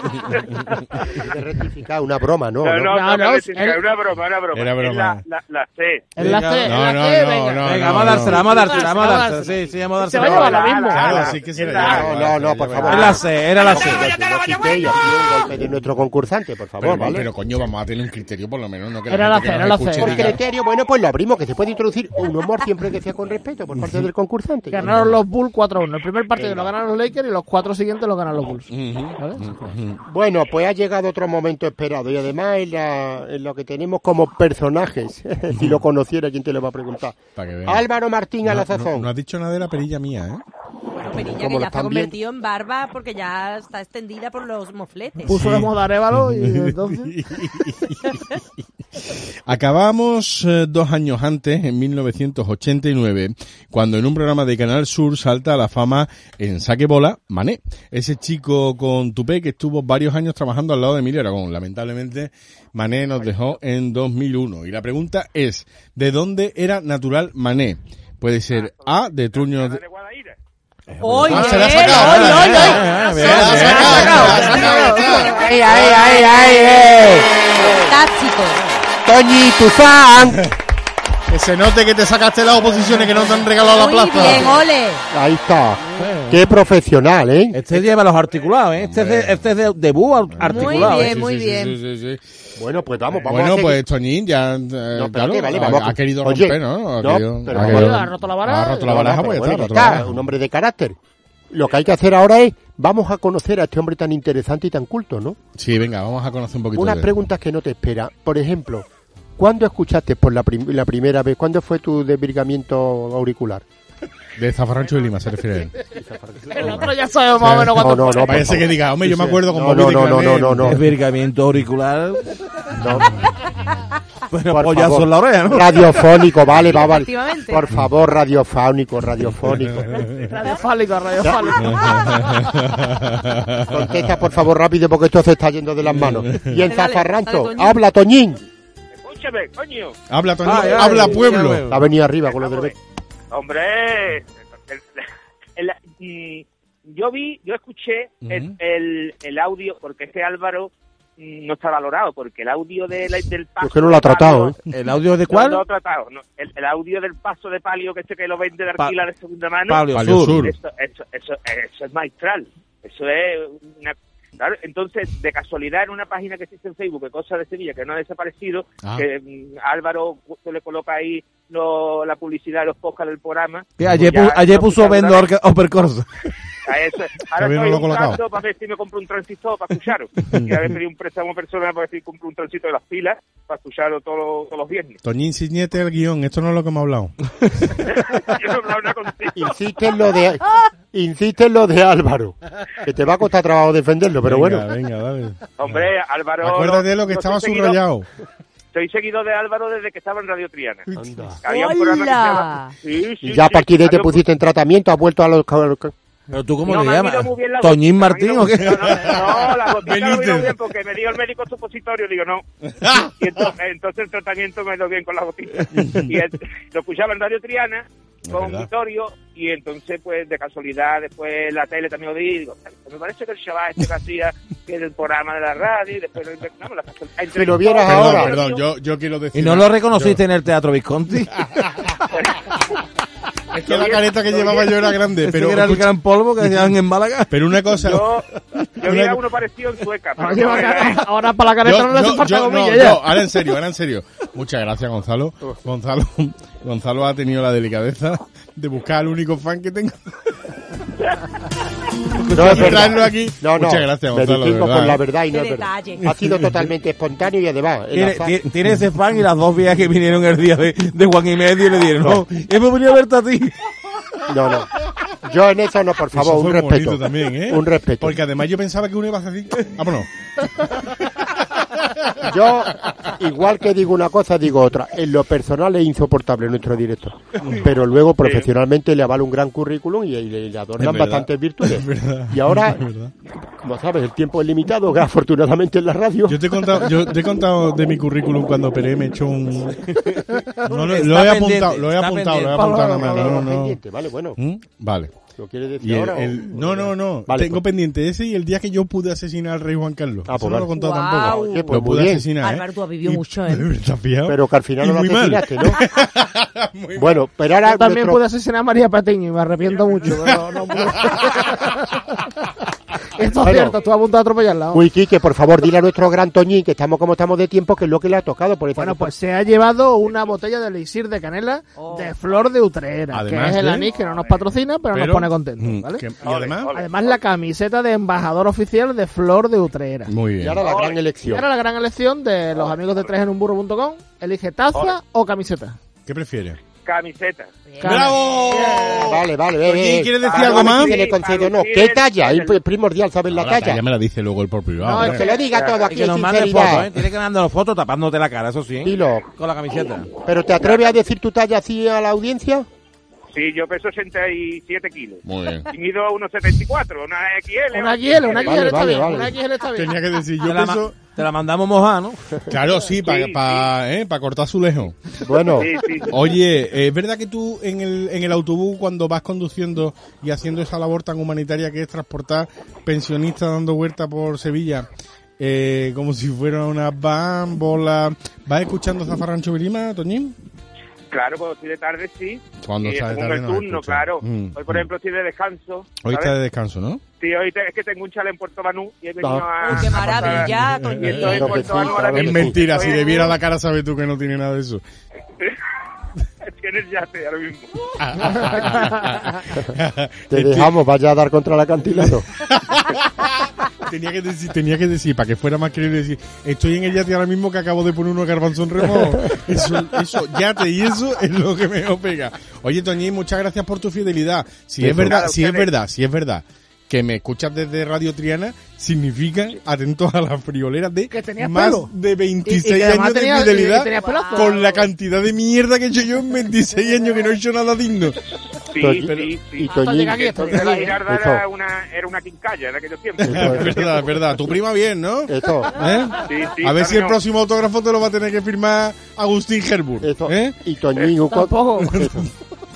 D: Hay que rectificar, una broma, ¿no?
I: No,
D: ¿no?
I: no,
F: No, no,
I: no, no,
F: es-
I: era una broma, era broma.
C: Era broma.
I: Es La, la, la C.
F: En la C, en
C: No,
F: la
C: no,
F: C,
C: no, no,
F: venga.
G: Venga,
C: no,
G: vamos a
C: no.
G: dársela, vamos a dársela, vamos a dársela.
F: Se
G: Sí, sí, vamos a
F: Se
G: dársela.
F: va a llevar la misma.
C: Claro, sí que se la
D: No,
C: lleva.
D: no, no, por favor.
G: Es la C, era la C.
D: No quitéis aquí un golpe de nuestro concursante, por favor,
C: Pero,
D: ¿vale?
C: pero coño, vamos a tener un criterio por lo menos, no que
F: Era
C: gente
F: la
C: que
F: cera,
C: nos
F: la
C: escuche
F: cera.
D: Por
C: diga,
D: criterio, bueno, pues lo abrimos, que se puede introducir un humor siempre que sea con respeto por parte del concursante.
C: Mm.
F: Ganaron los Bulls 4-1. El primer partido lo ganaron los Lakers y los cuatro siguientes lo ganaron los Bulls.
C: Mm.
F: ¿Vale?
D: Bueno, pues ha llegado otro momento esperado y además es la- es lo que tenemos como personajes. si lo conociera, ¿quién te lo va a preguntar?
C: Para que vean.
D: Álvaro Martín a la
C: No,
D: sazón.
C: no has dicho nada de la perilla mía, ¿eh?
H: Bueno, Perilla
D: ¿Cómo
H: que
D: lo
H: ya está
D: están viendo?
H: convertido en barba porque ya está extendida por los mofletes.
F: Puso la moda Arévalo y entonces.
C: Acabamos eh, dos años antes, en 1989, cuando en un programa de Canal Sur salta a la fama en saque bola Mané, ese chico con tupé que estuvo varios años trabajando al lado de Emilio Aragón. Lamentablemente, Mané nos dejó en 2001. Y la pregunta es, ¿de dónde era natural Mané? Puede ser A, de Truños... de-
I: De Guadaira.
H: ¡Oye!
C: Ah, se la ha sacado,
H: oye,
C: ¿eh?
H: oye, oye!
G: Ah,
C: Se la ha sacado,
G: bien, bien.
C: se la ha sacado, se la ha sacado.
H: ¡Ay, ay, ay, ay! ¡Táctico!
D: Toñi Tufán.
C: Que se note que te sacaste las oposiciones que no te han regalado la
H: Muy bien,
C: plaza.
H: ole.
D: Ahí está. Qué profesional, ¿eh?
G: Este lleva los articulados, ¿eh? Este es, de, este es de debut ar- articulado.
H: bien,
G: ¿eh?
H: muy
C: sí,
H: bien.
C: sí, sí, sí, sí.
D: Bueno, pues vamos, vamos a
C: Bueno,
D: seguir.
C: pues Toñín ya eh,
D: No, espérate,
C: claro,
D: vale,
C: ha-
D: vamos.
C: ha, querido
D: Oye,
C: romper, ¿no? Ha
D: no,
C: querido-
D: pero
C: ha,
D: vamos.
C: querido-
F: Ha roto la baraja.
C: Ha roto la
D: No, no,
C: baraja,
D: pero
C: pues ya está,
D: bueno,
C: ha
D: ya
C: roto la
D: está,
C: baraja.
D: un hombre de carácter. Lo que hay que hacer ahora es, vamos a conocer a este hombre tan interesante y tan culto, ¿no?
C: Sí, venga, vamos a conocer un poquito
D: Unas
C: de él.
D: preguntas que no te espera. Por ejemplo, ¿cuándo escuchaste por la, prim- la primera vez? ¿Cuándo fue tu desvirgamiento auricular?
C: De Zafarrancho de Lima se refiere él.
F: El otro ya sabemos más o menos
D: No,
F: cuánto.
D: no, no. por
C: Parece
D: favor.
C: que diga, hombre, yo me acuerdo con
D: No,
C: Bobby
D: no,
C: de
D: no, no,
C: Clanen.
D: no, no, no.
G: Desvirgamiento auricular. Bueno,
D: Por
G: pollazo
D: favor.
G: en la oreja, ¿no?
D: Radiofónico, vale, va, vale.
H: Efectivamente.
D: Por favor, radiofónico, radiofónico.
F: Radiofálico, radiofálico.
D: Contesta, por favor, rápido, porque esto se está yendo de las manos. Y el
H: Dale, dale,
D: zafarrancho,
H: Toñín.
D: habla, Toñín.
I: Escúchame, coño.
C: Habla, Toñín,
G: Ay, ay,
C: habla,
G: ya
C: pueblo.
G: veo.
D: Ha venido arriba con lo del...
I: Hombre, el- el- mm, yo vi, yo escuché el,
C: Ujú.
I: el, el audio, porque este Álvaro mm, no está valorado, porque el audio de la- del paso...
D: que no lo ha
I: de palio-
D: tratado, ¿eh?
G: ¿El audio de
I: No, No, lo
G: cuál?
I: ha tratado. no. el, el audio del paso de palio, que este que lo vende de
G: Pa-
I: alquilar de segunda mano,
G: Pablo
C: Palio
G: Sur.
C: Sur.
I: Eso, eso, eso, eso es maestral. Eso es una... Claro, entonces, de casualidad, en una página que existe en Facebook, que Cosa de Sevilla, que no ha desaparecido,
C: Ah.
I: que mm, Álvaro se le coloca ahí lo- la publicidad de los podcasts del programa.
G: Que ayer,
I: Pues
G: pu-
I: ya,
G: ayer
I: no
G: puso
I: escuchaba
G: vendo
I: nada.
G: orca- Opercorso.
I: A eso es. Ahora
C: Todavía no
I: estoy
C: lo he colocado.
I: buscando para ver si me compro un transistor para escucharos. y haber pedido un préstamo personal para ver si compro un transistor de las pilas para escucharlo todos, todos los viernes.
C: Toñín, ciñete el guión, esto no es lo que hemos hablado.
I: Yo no he hablado nada contigo.
D: Insiste en lo de... Insiste en lo de Álvaro, que te va a costar trabajo defenderlo, pero
C: Venga,
D: bueno.
C: Venga, dale.
I: Hombre, Álvaro...
C: Acuérdate de lo que
I: no
C: estaba
I: soy seguidor-
C: subrayado.
I: Soy seguido de Álvaro desde que estaba en Radio Triana.
D: Anda.
I: Había un programa que se
H: ¡Hola!
I: llamaba- Sí, sí,
D: Y ya a
I: sí.
D: partir de ahí te
I: Había un-
D: pusiste en tratamiento, has vuelto a los... Pues
G: ¿Pero tú cómo
I: No,
G: le
I: me ha
G: llamas?
I: venido muy bien la
G: ¿Toñín
I: gotita, me ha
G: Martín
I: venido
G: o qué?
I: muy- No, no, no, la gotita me vino
C: Benítez.
I: bien porque me dio el médico supositorio, digo no. Y entonces, entonces el tratamiento me dio bien con la gotita. Y el- lo escuchaba en Radio Triana con
C: verdad.
I: Vitorio y entonces pues de casualidad después la tele también lo vi y digo, me parece que el chaval este que hacía que era el programa de la radio y después lo inventamos. La casualidad-
D: Si lo vieras
C: Perdón,
D: ahora.
C: perdón, yo, yo quiero decir.
G: ¿Y no lo reconociste en el Teatro Visconti?
C: Es que la careta que llevaba yo era grande,
G: Ese
C: pero.
G: que era el
C: escucha,
G: gran polvo que decían en Málaga.
C: Pero una cosa.
I: Yo, yo vi
C: Una-
I: a uno parecido en Sueca. pero
F: Ahora lleva
I: no era-
F: cara- Ahora para la careta
C: Yo,
F: no le hace
C: yo,
F: falta
C: yo, no,
F: comilla
C: yo,
F: ya.
C: ahora en serio, ahora en serio. Muchas gracias, Gonzalo. Gonzalo, Gonzalo ha tenido la delicadeza de buscar al único fan que tengo.
D: No, es
C: Traerlo
D: verdad.
C: Pues aquí. Muchas gracias, Gonzalo, de
D: verifico
C: verdad. ¿eh?
D: con la verdad y no
H: Qué
D: es verdad.
H: detalle.
D: Ha sido totalmente espontáneo y además. el
G: Tiene,
D: azar.
G: ti- tiene ese fan y las dos vías que vinieron el día de, de Juan y medio y le dieron, no, hemos venido a verte a ti.
D: No, no. Yo en eso no, por favor,
C: Eso
D: un
C: fue
D: respeto.
C: bonito también, ¿eh?
D: Un respeto.
C: Porque además yo pensaba que uno iba a Ah, decir, vámonos.
D: Yo, igual que digo una cosa, digo otra. En lo personal es insoportable nuestro director. Pero luego profesionalmente le avalo un gran currículum y, y le, le adornan
C: Es verdad.
D: bastantes virtudes.
C: Es verdad.
D: Y ahora,
C: Es verdad.
D: como sabes, el tiempo es limitado, que afortunadamente en la radio.
C: Yo te, he contado, yo te he contado de mi currículum cuando operé, me he hecho un... No, lo,
G: Está
C: lo he apuntado,
G: pendiente,
C: lo he apuntado, lo
G: está
C: he
G: pendiente.
C: apuntado nada más.
D: Vale,
C: No,
D: vale,
C: no.
D: Ah, pendiente. Vale, bueno,
C: ¿Mm? Vale.
D: ¿lo quieres decir
C: Y el-
D: ahora? o-
C: el- no, no, no.
D: Vale, pues.
C: Tengo pendiente ese y el día que yo pude asesinar al rey Juan Carlos.
D: Ah,
C: Eso
D: pues
C: no
D: vale.
C: lo he contado
H: Guau.
C: tampoco.
D: Oye, pues
C: lo
D: muy
C: pude
D: bien.
C: asesinar. ¿eh?
H: Álvaro, tú has vivido
C: Y-
H: mucho, ¿eh?
C: ¿Estás pillado?
D: Pero que al final
C: Y
D: no lo
C: muy mal.
D: asesinaste, ¿no? bueno, pero ahora
F: Yo también
D: nuestro-
F: pude asesinar a María Patiño y me arrepiento mucho, pero no pude. Esto es
D: Bueno.
F: cierto, estuve a punto de atropellarla.
D: Uy, Quique, por favor, dile a nuestro gran Toñín que estamos como estamos de tiempo, que es lo que le ha tocado por esta
F: Bueno,
D: noche.
F: pues se ha llevado una botella de elixir de canela de flor de Utrera,
C: Además
F: que es el
C: de-
F: anís que no nos patrocina, pero, nos pone
C: Mm,
F: contentos, ¿vale?
C: que- y además...
F: Además, la camiseta de embajador oficial de flor de Utrera.
C: Muy
D: Y
C: bien.
D: ahora la gran
F: Y
D: elección.
F: ahora la gran elección de los amigos de tres en un burro.com, elige taza o camiseta.
C: ¿Qué prefieres?
I: Camiseta.
C: ¡Bravo!
D: Vale, vale, ve,
C: Toñín,
D: ve.
C: ¿quieres decir
D: Ah,
C: algo
D: no,
C: más?
D: que le concedo, no. ¿Qué talla? Es primordial saber la
C: Ahora,
D: talla.
C: Ya me la dice luego el por privado. ¿eh?
D: No,
C: hombre.
D: es que lo diga todo
G: Y
D: aquí
G: que
D: en
G: nos mande fotos, ¿eh?
D: sinceridad.
G: Tiene que mandarnos fotos tapándote la cara, eso sí. ¿eh?
D: Dilo.
G: Con la camiseta.
D: ¿Pero te atreves a decir tu talla así a la audiencia?
I: Sí, yo peso 87 kilos.
C: Muy bien.
I: Y mido 1,74, una XL.
F: Una hiel, una
I: XL.
D: Vale,
F: hiel está
D: vale,
F: bien,
D: vale.
F: una hiel está bien.
C: Tenía que decir, yo
G: te, la ma-
C: pienso...
G: te la mandamos mojada, ¿no?
C: Claro, sí, para
I: Sí,
C: cortar su lejos.
D: Bueno,
I: Sí, sí.
C: Oye, eh, ¿es verdad que tú en el, en el autobús cuando vas conduciendo y haciendo esa labor tan humanitaria que es transportar pensionistas dando vuelta por Sevilla, eh, como si fuera una bambola, ¿vas escuchando Zafarrancho Vilima, Toñín?
I: Claro, cuando estoy de tarde sí.
C: Cuando
I: y
C: está de
I: según
C: tarde
I: el
C: no la
I: turno,
C: escucha.
I: claro.
C: Mm,
I: hoy, por
C: mm.
I: ejemplo, estoy de descanso.
C: Hoy
I: ¿sabes?
C: está de descanso, ¿no?
I: Sí, hoy te- es que tengo un chale en Puerto Banú y he venido
D: Ah.
I: a...
H: Uy, qué
I: a pasar-
H: maravilla,
I: Y
H: Toñín.
I: estoy en
D: Claro que
I: Puerto
D: sí,
I: Banú ahora
D: claro que
C: Es
I: mismo.
D: sí.
C: mentira, si
I: Estoy
C: le
I: en-
C: viera la cara sabes tú que no tiene nada de eso.
I: Estoy en el yate ahora mismo.
D: te dejamos, vaya a dar contra el acantilado.
C: Tenía que decir, tenía que decir, para que fuera más creíble decir, estoy en el yate ahora mismo que acabo de poner unos garbanzos en remojo. Eso, eso, yate y eso es lo que mejor pega. Oye, Toñín, muchas gracias por tu fidelidad. Si es
D: Eso.
C: verdad,
I: Nada,
C: si es
I: ustedes.
C: verdad, si es verdad que me escuchas desde Radio Triana, significa, atentos a las frioleras de
F: Que tenías
C: más
F: pelo.
C: de 26
F: Y- y que además
C: años
F: tenía-
C: de
F: y- y
C: fidelidad
F: tenía pelazo.
C: con la cantidad de mierda que he hecho yo en 26 años que no he hecho nada digno.
I: Sí,
D: Toñi-
I: sí,
D: y
I: sí.
F: Hasta
D: Toñín,
F: llegar aquí, hasta
I: Entonces
F: llegar
I: la
F: aquí.
I: Girarda
D: Eso.
I: era una, era una quincalla en aquellos tiempos.
D: Eso.
C: Es verdad, es verdad. Tu prima bien, ¿no?
D: eso,
C: ¿Eh?
I: Sí, sí,
C: a ver
I: no,
C: si el
I: no.
C: próximo autógrafo te lo va a tener que firmar Agustín Herbur.
D: eso.
C: ¿eh?
D: Y Toñín, un co-
F: Tampoco.
D: eso.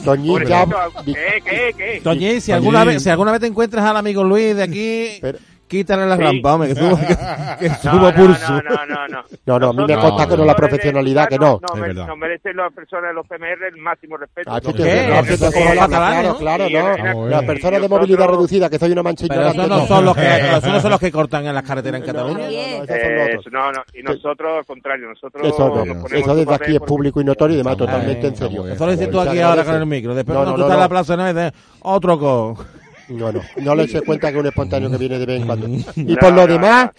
D: Toñín
I: Por eh,
D: ya...
I: ejemplo,
D: di-
I: ¿Qué, qué, qué?
G: Toñín, si
C: Toñín.
G: alguna vez, si alguna vez te encuentras al amigo Luis de aquí,
D: Pero-
G: quítale la rampa, hombre, que suba, que, que
I: No,
G: suba
I: no,
G: pulso.
I: No, no, no, no.
D: No, no, a mí me
I: Nosotros,
D: consta que no la
I: nosotros
D: profesionalidad, que no.
C: Es
I: No,
C: verdad.
I: no merecen las personas de los PMR el máximo respeto.
D: Ah, que
C: ¿Por
D: te-
C: qué?
D: no, que te-
C: Eso
G: son los
D: claro,
G: catalanes,
D: claro,
G: ¿no?
D: claro,
I: Y
D: no.
I: era-
C: Vamos a ver.
D: Las personas de movilidad
I: nosotros-
D: reducida, que soy una mancha
G: Pero
D: ignorante,
G: esos no
D: no.
G: son los que, esos no son los que cortan en las carreteras en
D: No, no, no,
G: Cataluña.
D: esos son los
I: Eh,
D: otros.
I: no, no, y nosotros al contrario, nosotros
D: Eso, no.
C: Nos
I: nos ponemos
D: eso
I: en su
D: desde
I: papel
D: aquí es
I: porque-
D: público y notorio y demás,
C: Está muy
D: totalmente
C: bien,
D: en
C: está
D: serio.
C: muy bien.
G: Eso lo dices tú
D: Se
G: aquí
D: agradece.
G: ahora con el micro. Después
D: No,
G: cuando
D: no,
G: tú
D: no,
G: estás en la
D: no.
G: plaza no de otro co.
D: No, no, no les cuenta que es un espontáneo que viene de vez en cuando. Y
I: No,
D: por lo
I: no,
D: demás,
I: no.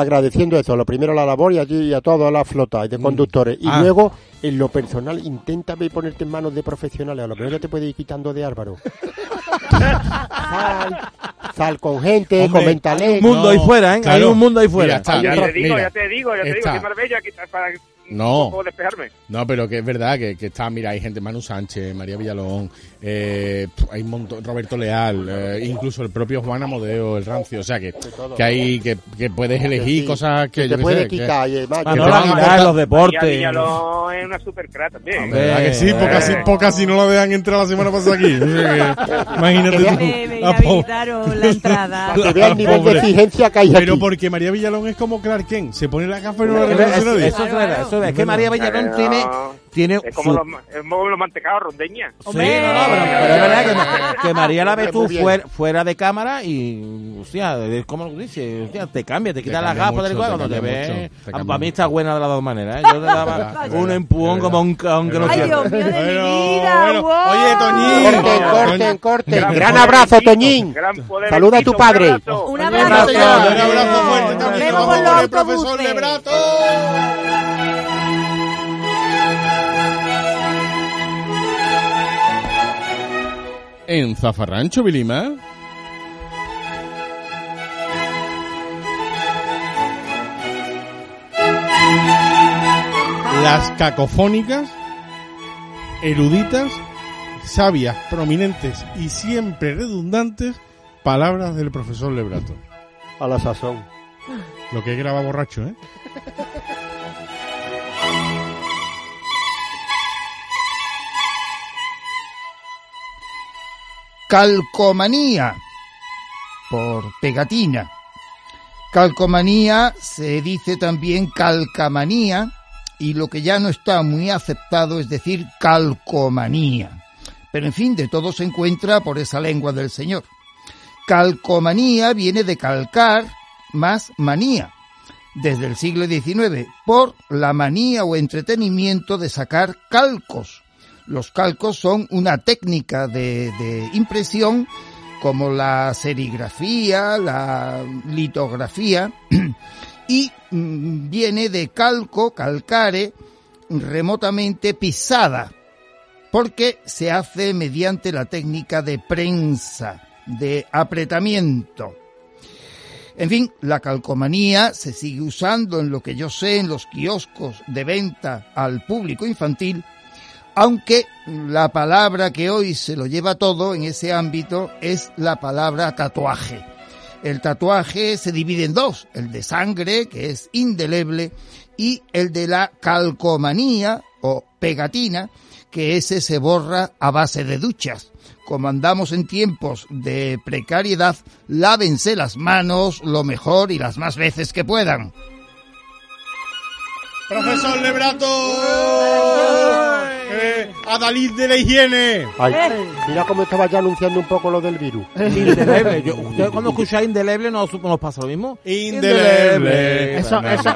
D: agradeciendo eso, lo primero la labor y a ti y a toda la flota y de conductores. Y
C: Ah.
D: luego, en lo personal, inténtame ponerte en manos de profesionales, a lo mejor ya te puedes ir quitando de Álvaro. sal, sal con gente,
C: Hombre,
D: coméntale.
G: Un mundo ahí fuera, ¿eh?
C: Claro.
G: Hay un mundo ahí fuera.
C: Mira, está,
I: Ya
C: mira,
I: te digo,
C: mira.
I: ya te digo, ya te digo,
C: Está.
I: que Marbella quizás para
C: No.
I: un poco despejarme.
C: No, pero que es verdad que, que está, mira, hay gente, Manu Sánchez, María Villalón, eh, pf, hay un montón, Roberto Leal, eh, incluso el propio Juan Amodeo, el Rancio, o sea que, que hay, que, que puedes elegir
D: sí,
C: cosas que,
D: que
C: yo
D: te
C: qué
D: puede
C: sé, que-
D: quitar. y además,
C: que
D: que
C: te van
G: Manolo
C: a
G: Aguilar
C: cortar-
G: en los
I: María
G: deportes.
I: Villalón es una supercra también.
C: Hombre, ¿Verdad que sí? Porque así, porque así no la dejan entrar la semana pasada aquí. O sea que, imagínate tú.
H: Me, me
C: La Ah, po-
H: habilitaron la entrada.
D: te vea el nivel
C: Pobre.
D: de exigencia que hay
C: Pero
D: aquí.
C: porque María Villalón es como Clark Kent, se pone la gafa y no la
G: Eso
C: reconoce
G: es,
C: nadie.
G: eso es verdad, eso es verdad. Es que María Villarón tiene, tiene
I: Es como,
G: su-
I: los, es como los mantecados, rondeña.
G: Sí, no, no, pero, pero es verdad que, Ma- que María la ve tú fuera, fuera de cámara y, hostia, es como lo dice, hostia, te cambia, te quita las
C: cambia
G: gafas, tal y
C: mucho,
G: cual,
C: te
G: cuando te
C: cambia
G: ve.
C: mucho, te
G: Ah,
C: cambia
G: Para mí
C: mucho.
G: está buena de las dos maneras, ¿eh? Yo le daba
C: verdad,
G: un
C: es
G: empujón
C: verdad.
G: como un, aunque no
C: Es
H: Ay,
C: verdad.
G: quiera.
H: Dios mío, de mi
C: Bueno,
H: vida.
C: bueno.
H: wow.
C: Oye, Toñín.
D: Corten, corten, corten.
I: Gran
D: Gran,
I: poder
D: abrazo,
I: bendito,
D: Toñín.
I: gran poder
D: Saluda a
I: bendito,
D: tu padre.
I: un abrazo.
H: Un
C: Un
H: abrazo.
C: abrazo, un
H: Toñín.
C: abrazo fuerte
H: Nos
C: también.
H: vemos
C: Vamos
H: por
C: con
H: los
C: el profesor
H: autobuses.
C: Lebrato. En Zafarrancho, Vilima. Las cacofónicas, eruditas, sabias, prominentes y siempre redundantes palabras del profesor Lebrato.
D: A la sazón.
C: Lo que graba borracho, ¿eh?
J: Calcomanía por pegatina. Calcomanía se dice también calcamanía y lo que ya no está muy aceptado es decir calcomanía. Pero en fin, de todo se encuentra por esa lengua del Señor. Calcomanía viene de calcar más manía, desde el siglo XIX, por la manía o entretenimiento de sacar calcos. Los calcos son una técnica de, de impresión como la serigrafía, la litografía, y mm, viene de calco, calcare, remotamente pisada, porque se hace mediante la técnica de prensa, de apretamiento. En fin, la calcomanía se sigue usando en lo que yo sé en los kioscos de venta al público infantil, aunque la palabra que hoy se lo lleva todo en ese ámbito es la palabra tatuaje. El tatuaje se divide en dos, el de sangre, que es indeleble, y el de la calcomanía o pegatina, que ese se borra a base de duchas. Como andamos en tiempos de precariedad, lávense las manos lo mejor y las más veces que puedan.
C: ¡Profesor Lebrato! Eh, ¡Adalid de la higiene!
D: Ay, mira cómo estaba ya anunciando un poco lo del virus.
G: Indeleble. Yo, ¿Ustedes cuando escucháis indeleble no os- nos pasa lo mismo?
C: Indeleble.
F: Eso- eso-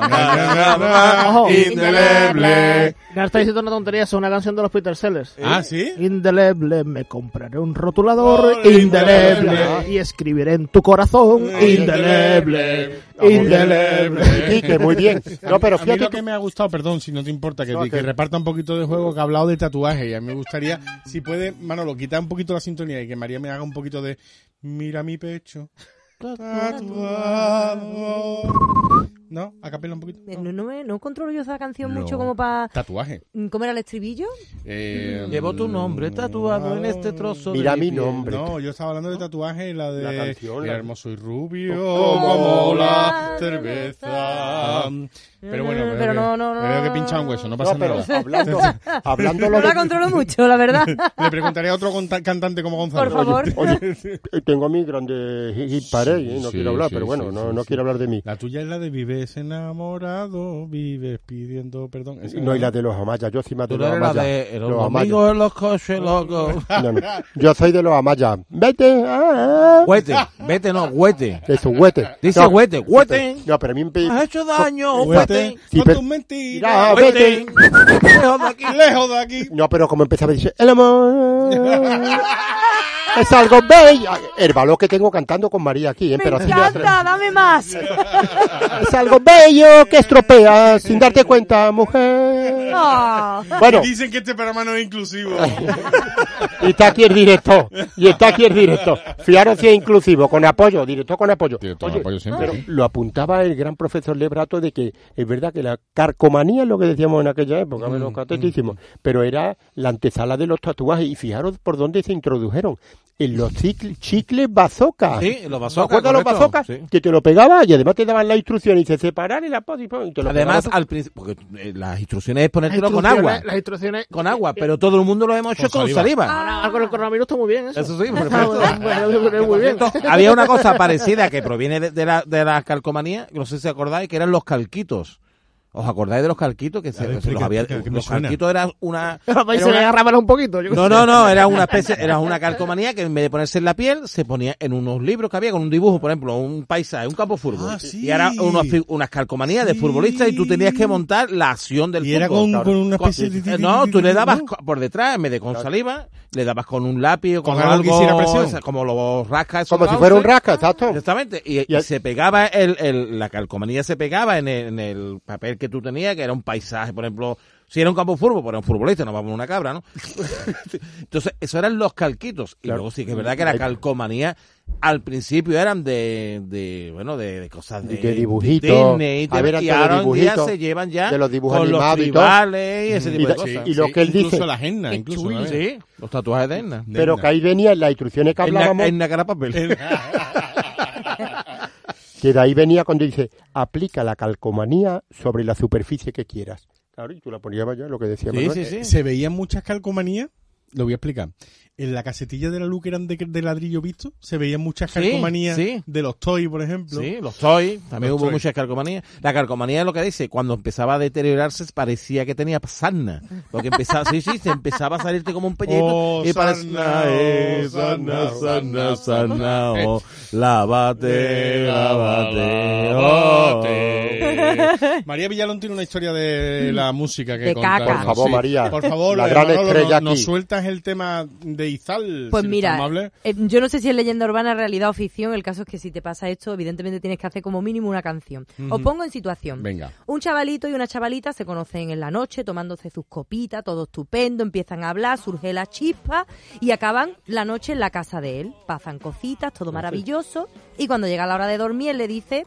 F: Ojo.
C: Indeleble.
F: No está diciendo una tontería, es una canción de los Peter Sellers.
C: Ah, ¿sí?
F: Indeleble, me compraré un rotulador
C: Oh,
F: indeleble,
C: indeleble.
F: y escribiré en tu corazón indeleble, indeleble.
D: Quique, muy bien. No, pero
C: A mí
D: fíjate
C: lo
D: que
C: que me ha gustado, perdón, si no te importa, que,
D: No,
C: que
D: que-
C: reparta un poquito de juego, que ha hablado de tatuaje. Y a mí me gustaría, si puede, Manolo, quita un poquito la sintonía y que María me haga un poquito de Mira mi pecho. Tatuado. ¿No? A capela un poquito.
H: Eh, No, no, me- no controlo yo esa canción
C: No.
H: mucho como para
C: Tatuaje.
H: comer al estribillo.
C: Eh,
G: Llevo tu nombre tatuado en este trozo
D: Mira
G: de
D: mi
G: piel.
D: nombre.
C: No, yo estaba hablando de tatuaje, la de
D: La canción,
C: Era
D: la-
C: hermoso y rubio
D: Oh,
C: como
D: oh,
C: la
H: oh,
C: cerveza. Pero bueno,
H: no,
C: veo
H: pero
C: que-
H: no, no, no.
C: veo que pincha un hueso, no pasa
D: no, pero
C: nada.
D: hablando, hablando
H: No
D: lo
H: la
D: de...
H: controlo mucho, la verdad.
C: Le preguntaré a otro conta- cantante como Gonzalo.
H: Por favor.
D: Oye, eh, tengo mi grande hit parade, ¿eh? no
C: sí,
D: quiero hablar,
C: sí,
D: pero bueno,
C: sí, sí,
D: no, no
C: sí.
D: quiero hablar de mí.
C: La tuya es la de vives enamorado, vives pidiendo perdón. Esa
D: No, y
C: es
D: la de los amayas, yo encima de
G: Tú
D: los
G: eres la
D: amayas.
G: de
D: Los
G: los
D: amayas.
G: amigos en los coches, loco.
D: No, no. Yo soy de los amayas. Vete, ah, ah.
G: Huete, vete, no, huete.
D: Es un huete.
G: Dice
D: No,
G: huete, huete.
D: No, pero a mí me pedí...
C: Ah,
G: Has hecho daño,
C: Oh, Fuerte,
G: huete.
D: Sí,
C: con
D: pero-
C: tus mentiras,
D: Mira, vete.
G: Huete. Lejos de aquí.
C: lejos de aquí.
D: No, pero como empezaba, dice, el amor es algo bello. El valor que tengo cantando con María aquí, ¿eh?
H: Me
D: pero así me atre-
H: encanta, dame más.
D: es algo bello que estropea sin darte cuenta, mujer.
H: Ah.
D: Bueno,
C: Dicen que este programa no es inclusivo.
D: y está aquí el directo. Y está aquí el directo. Fiaros si es inclusivo, con apoyo, directo con apoyo. Oye, pero lo apuntaba el gran profesor Lebrato de que es verdad que la carcomanía es lo que decíamos en aquella época, menos
G: Mm,
D: catequísimos, pero era la antesala de los tatuajes. Y fijaros por dónde se introdujeron. En los chicle- chicles bazooka.
G: Sí,
D: ¿Te
G: los bazookas,
D: ah, acuerdas los
G: correcto,
D: bazocas?
G: sí.
D: Que te lo pegaba y además te daban la instrucción y se separar y la pos- y pon, y te lo
G: Además,
D: pegabas.
G: al principio, porque eh, las instrucciones es ponértelo con
F: Instrucciones-
G: agua. Eh,
F: Las instrucciones
G: Con agua, pero todo el mundo lo hemos hecho
C: Con
G: con
C: saliva.
G: saliva.
F: Ahora, ahora Ah, con el coronavirus está muy bien eso.
G: Eso sí,
F: Está
G: perfecto.
F: muy- muy- muy- muy bien.
G: Había una cosa parecida que proviene de, de la, de la calcomanía, que no sé si acordáis, que eran los calquitos. ¿Os acordáis de los calquitos? Que se,
C: ver,
G: se
C: explica,
G: los, había-
C: explica, que me
G: los
C: suena.
G: calquitos eran una...
F: Vais
G: era
F: a
G: una-
F: agarrármela un poquito. yo qué
G: no,
F: sé.
G: no, no, era una especie, era una calcomanía que en vez de ponerse en la piel, se ponía en unos libros que había con un dibujo, por ejemplo, un paisaje, un campo de fútbol.
C: Ah, sí.
G: Y era unos fi- unas calcomanías de
C: Sí.
G: futbolistas y tú tenías que montar la acción del
C: Y
G: fútbol.
C: era con-
G: cabrón.
C: con una especie de-
G: eh, No, tú le dabas
C: ¿no?
G: co- por detrás, en vez de con saliva, le dabas con un lápiz o con,
C: Con algo que hiciera presión.
G: esa- como los rascas. esos
D: Como si
G: cauces.
D: fuera un rasca, exacto.
G: Exactamente, y,
D: Y
G: y
D: el-
G: se pegaba, el, el- la calcomanía se pegaba en el, en el papel que tú tenías, que era un paisaje, por ejemplo, si era un campo de fútbol, por un futbolista, no vamos a una cabra, ¿no? Entonces, eso eran los calquitos. Y luego sí que es verdad que la calcomanía al principio eran de, de bueno, de, de cosas de,
D: De dibujitos.
G: Disney y
D: A ver,
G: tal,
D: antes de
G: y ahora en día
D: dibujitos,
G: se llevan ya
D: de los dibujos
G: con los
D: animados y todo. Mm.
G: tribales y ese tipo
D: Y
G: de
D: de-
G: cosas.
D: y lo que él
C: incluso
D: dice.
C: la agenda, Ah, incluso. ¿eh? ¿no?
G: Sí, los tatuajes de Edna.
D: Pero que ahí venían las instrucciones que
G: En la,
D: hablábamos,
G: en la cara de papel.
D: que de ahí venía cuando dice, aplica la calcomanía sobre la superficie que quieras. Claro, y tú la ponías ya, lo que decía
G: Sí,
D: Manuel.
G: sí, sí.
C: Eh, Se veían muchas calcomanías. Lo voy a explicar. En la casetilla de la luz que eran de, de ladrillo visto, se veían muchas
G: Sí,
C: calcomanías
G: sí.
C: de los toys, por ejemplo.
G: Sí, los toys. También
C: Los
G: hubo
C: toys.
G: muchas calcomanías. La calcomanía es lo que dice, cuando empezaba a deteriorarse parecía que tenía sarna. Porque empezaba, sí, sí, se empezaba a salirte como un pellejo.
C: Oh,
G: y
C: sarna,
G: parecía,
C: oh,
G: eh,
C: sarna,
G: sarna,
C: sarna,
G: sarna, sarna,
C: sarna.
G: oh, lávate, lávate, oh.
C: María Villalón tiene una historia de la música que
H: Mm. De
C: contar.
H: caca. Por
D: favor, María.
C: Por favor, eh,
D: La gran
C: Manolo,
D: estrella
C: nos, nos
D: aquí.
C: sueltas el tema de Izal.
H: Pues
C: si eres tan
H: mira,
C: amable.
H: eh, yo no sé si es leyenda urbana, realidad o ficción. El caso es que si te pasa esto, evidentemente tienes que hacer como mínimo una canción. Os pongo en situación.
C: Venga.
H: Un chavalito y una chavalita se conocen en la noche, tomándose sus copitas, todo estupendo, empiezan a hablar, surge la chispa y acaban la noche en la casa de él. Pasan cositas, todo maravilloso. Y cuando llega la hora de dormir, él le dice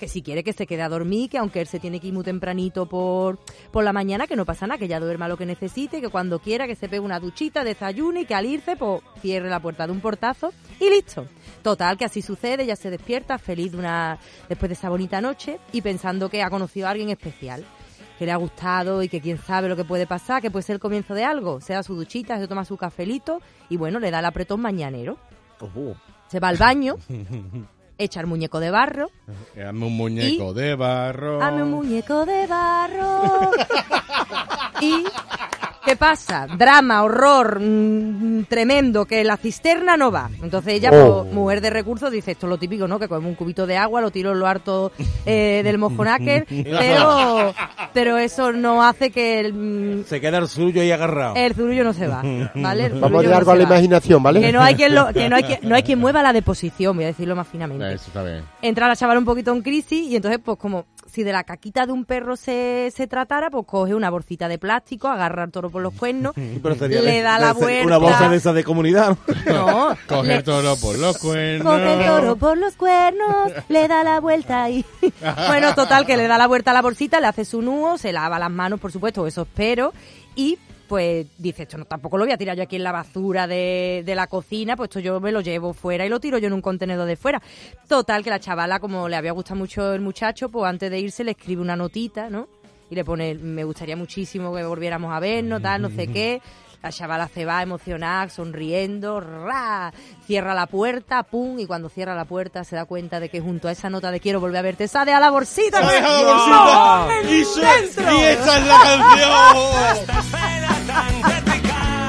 H: que si quiere que se quede a dormir, que aunque él se tiene que ir muy tempranito por, por la mañana, que no pasa nada, que ya duerma lo que necesite, que cuando quiera, que se pegue una duchita, desayune y que al irse, pues cierre la puerta de un portazo y listo. Total, que así sucede, ya se despierta feliz de una, después de esa bonita noche y pensando que ha conocido a alguien especial, que le ha gustado y que quién sabe lo que puede pasar, que puede ser el comienzo de algo. Se da su duchita, se toma su cafelito y bueno, le da el apretón mañanero.
G: Ojo.
H: Se va al baño, echa el muñeco de barro,
C: Eh, Hazme un muñeco de barro.
H: Hazme un muñeco de barro. ¿Y qué pasa? Drama, horror, mm, tremendo, que la cisterna no va. Entonces ella,
D: Oh.
H: pues, mujer de recursos, dice, esto es lo típico, ¿no? Que cogemos un cubito de agua, lo tiro en lo harto eh, del mojonáquer, pero, pero eso no hace que el, mm,
G: Se queda el suyo y agarrado.
H: el zurullo no se va, ¿vale? El
D: Vamos a
H: zurullo
D: dejar algo
H: no
D: a
H: se
D: la
H: va.
D: imaginación, ¿vale?
H: Que no hay quien, lo- que no hay quien- no hay quien mueva la deposición, voy a decirlo más finamente
C: Eso está bien.
H: entra la chavala un poquito en crisis y entonces pues como si de la caquita de un perro se, se tratara, pues coge una bolsita de plástico, agarra al toro por los cuernos,
G: Pero sería
H: le
G: de-
H: da la
G: de-
H: vuelta.
G: Una bolsa de esas de comunidad.
H: no,
C: Coger
H: le-
C: toro por los cuernos.
H: coge el toro por los cuernos, le da la vuelta y... bueno, total, que le da la vuelta a la bolsita, le hace su nudo, se lava las manos, por supuesto, eso espero, y pues dice, esto no, tampoco lo voy a tirar yo aquí en la basura de, de la cocina, pues esto yo me lo llevo fuera y lo tiro yo en un contenedor de fuera. Total, que la chavala, como le había gustado mucho el muchacho, pues antes de irse le escribe una notita, ¿no? Y le pone, me gustaría muchísimo que volviéramos a vernos, tal, no sé qué. La chavala se va emocionada, sonriendo, ra, cierra la puerta, pum, y cuando cierra la puerta se da cuenta de que junto a esa nota de quiero volver a verte, sale a la bolsita.
C: ¡Ha dejado
H: ¡No!
C: la bolsita!
H: ¡El
C: ¡Y, su-
H: centro!
C: y esa es la canción!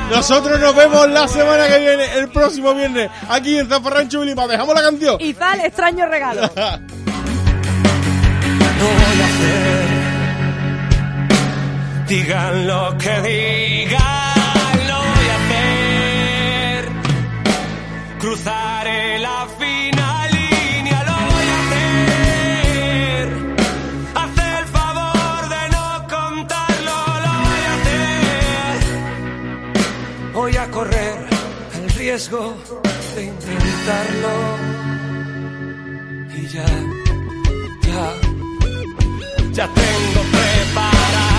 C: Nosotros nos vemos la semana que viene, el próximo viernes, aquí en Zafarrancho Bilbao. Dejamos la canción.
H: Y tal, extraño regalo.
A: Digan lo que digan, lo voy a hacer. Cruzaré la fina línea, lo voy a hacer. Haz el favor de no contarlo, lo voy a hacer. Voy a correr el riesgo de intentarlo. Y ya, ya. Ya tengo preparado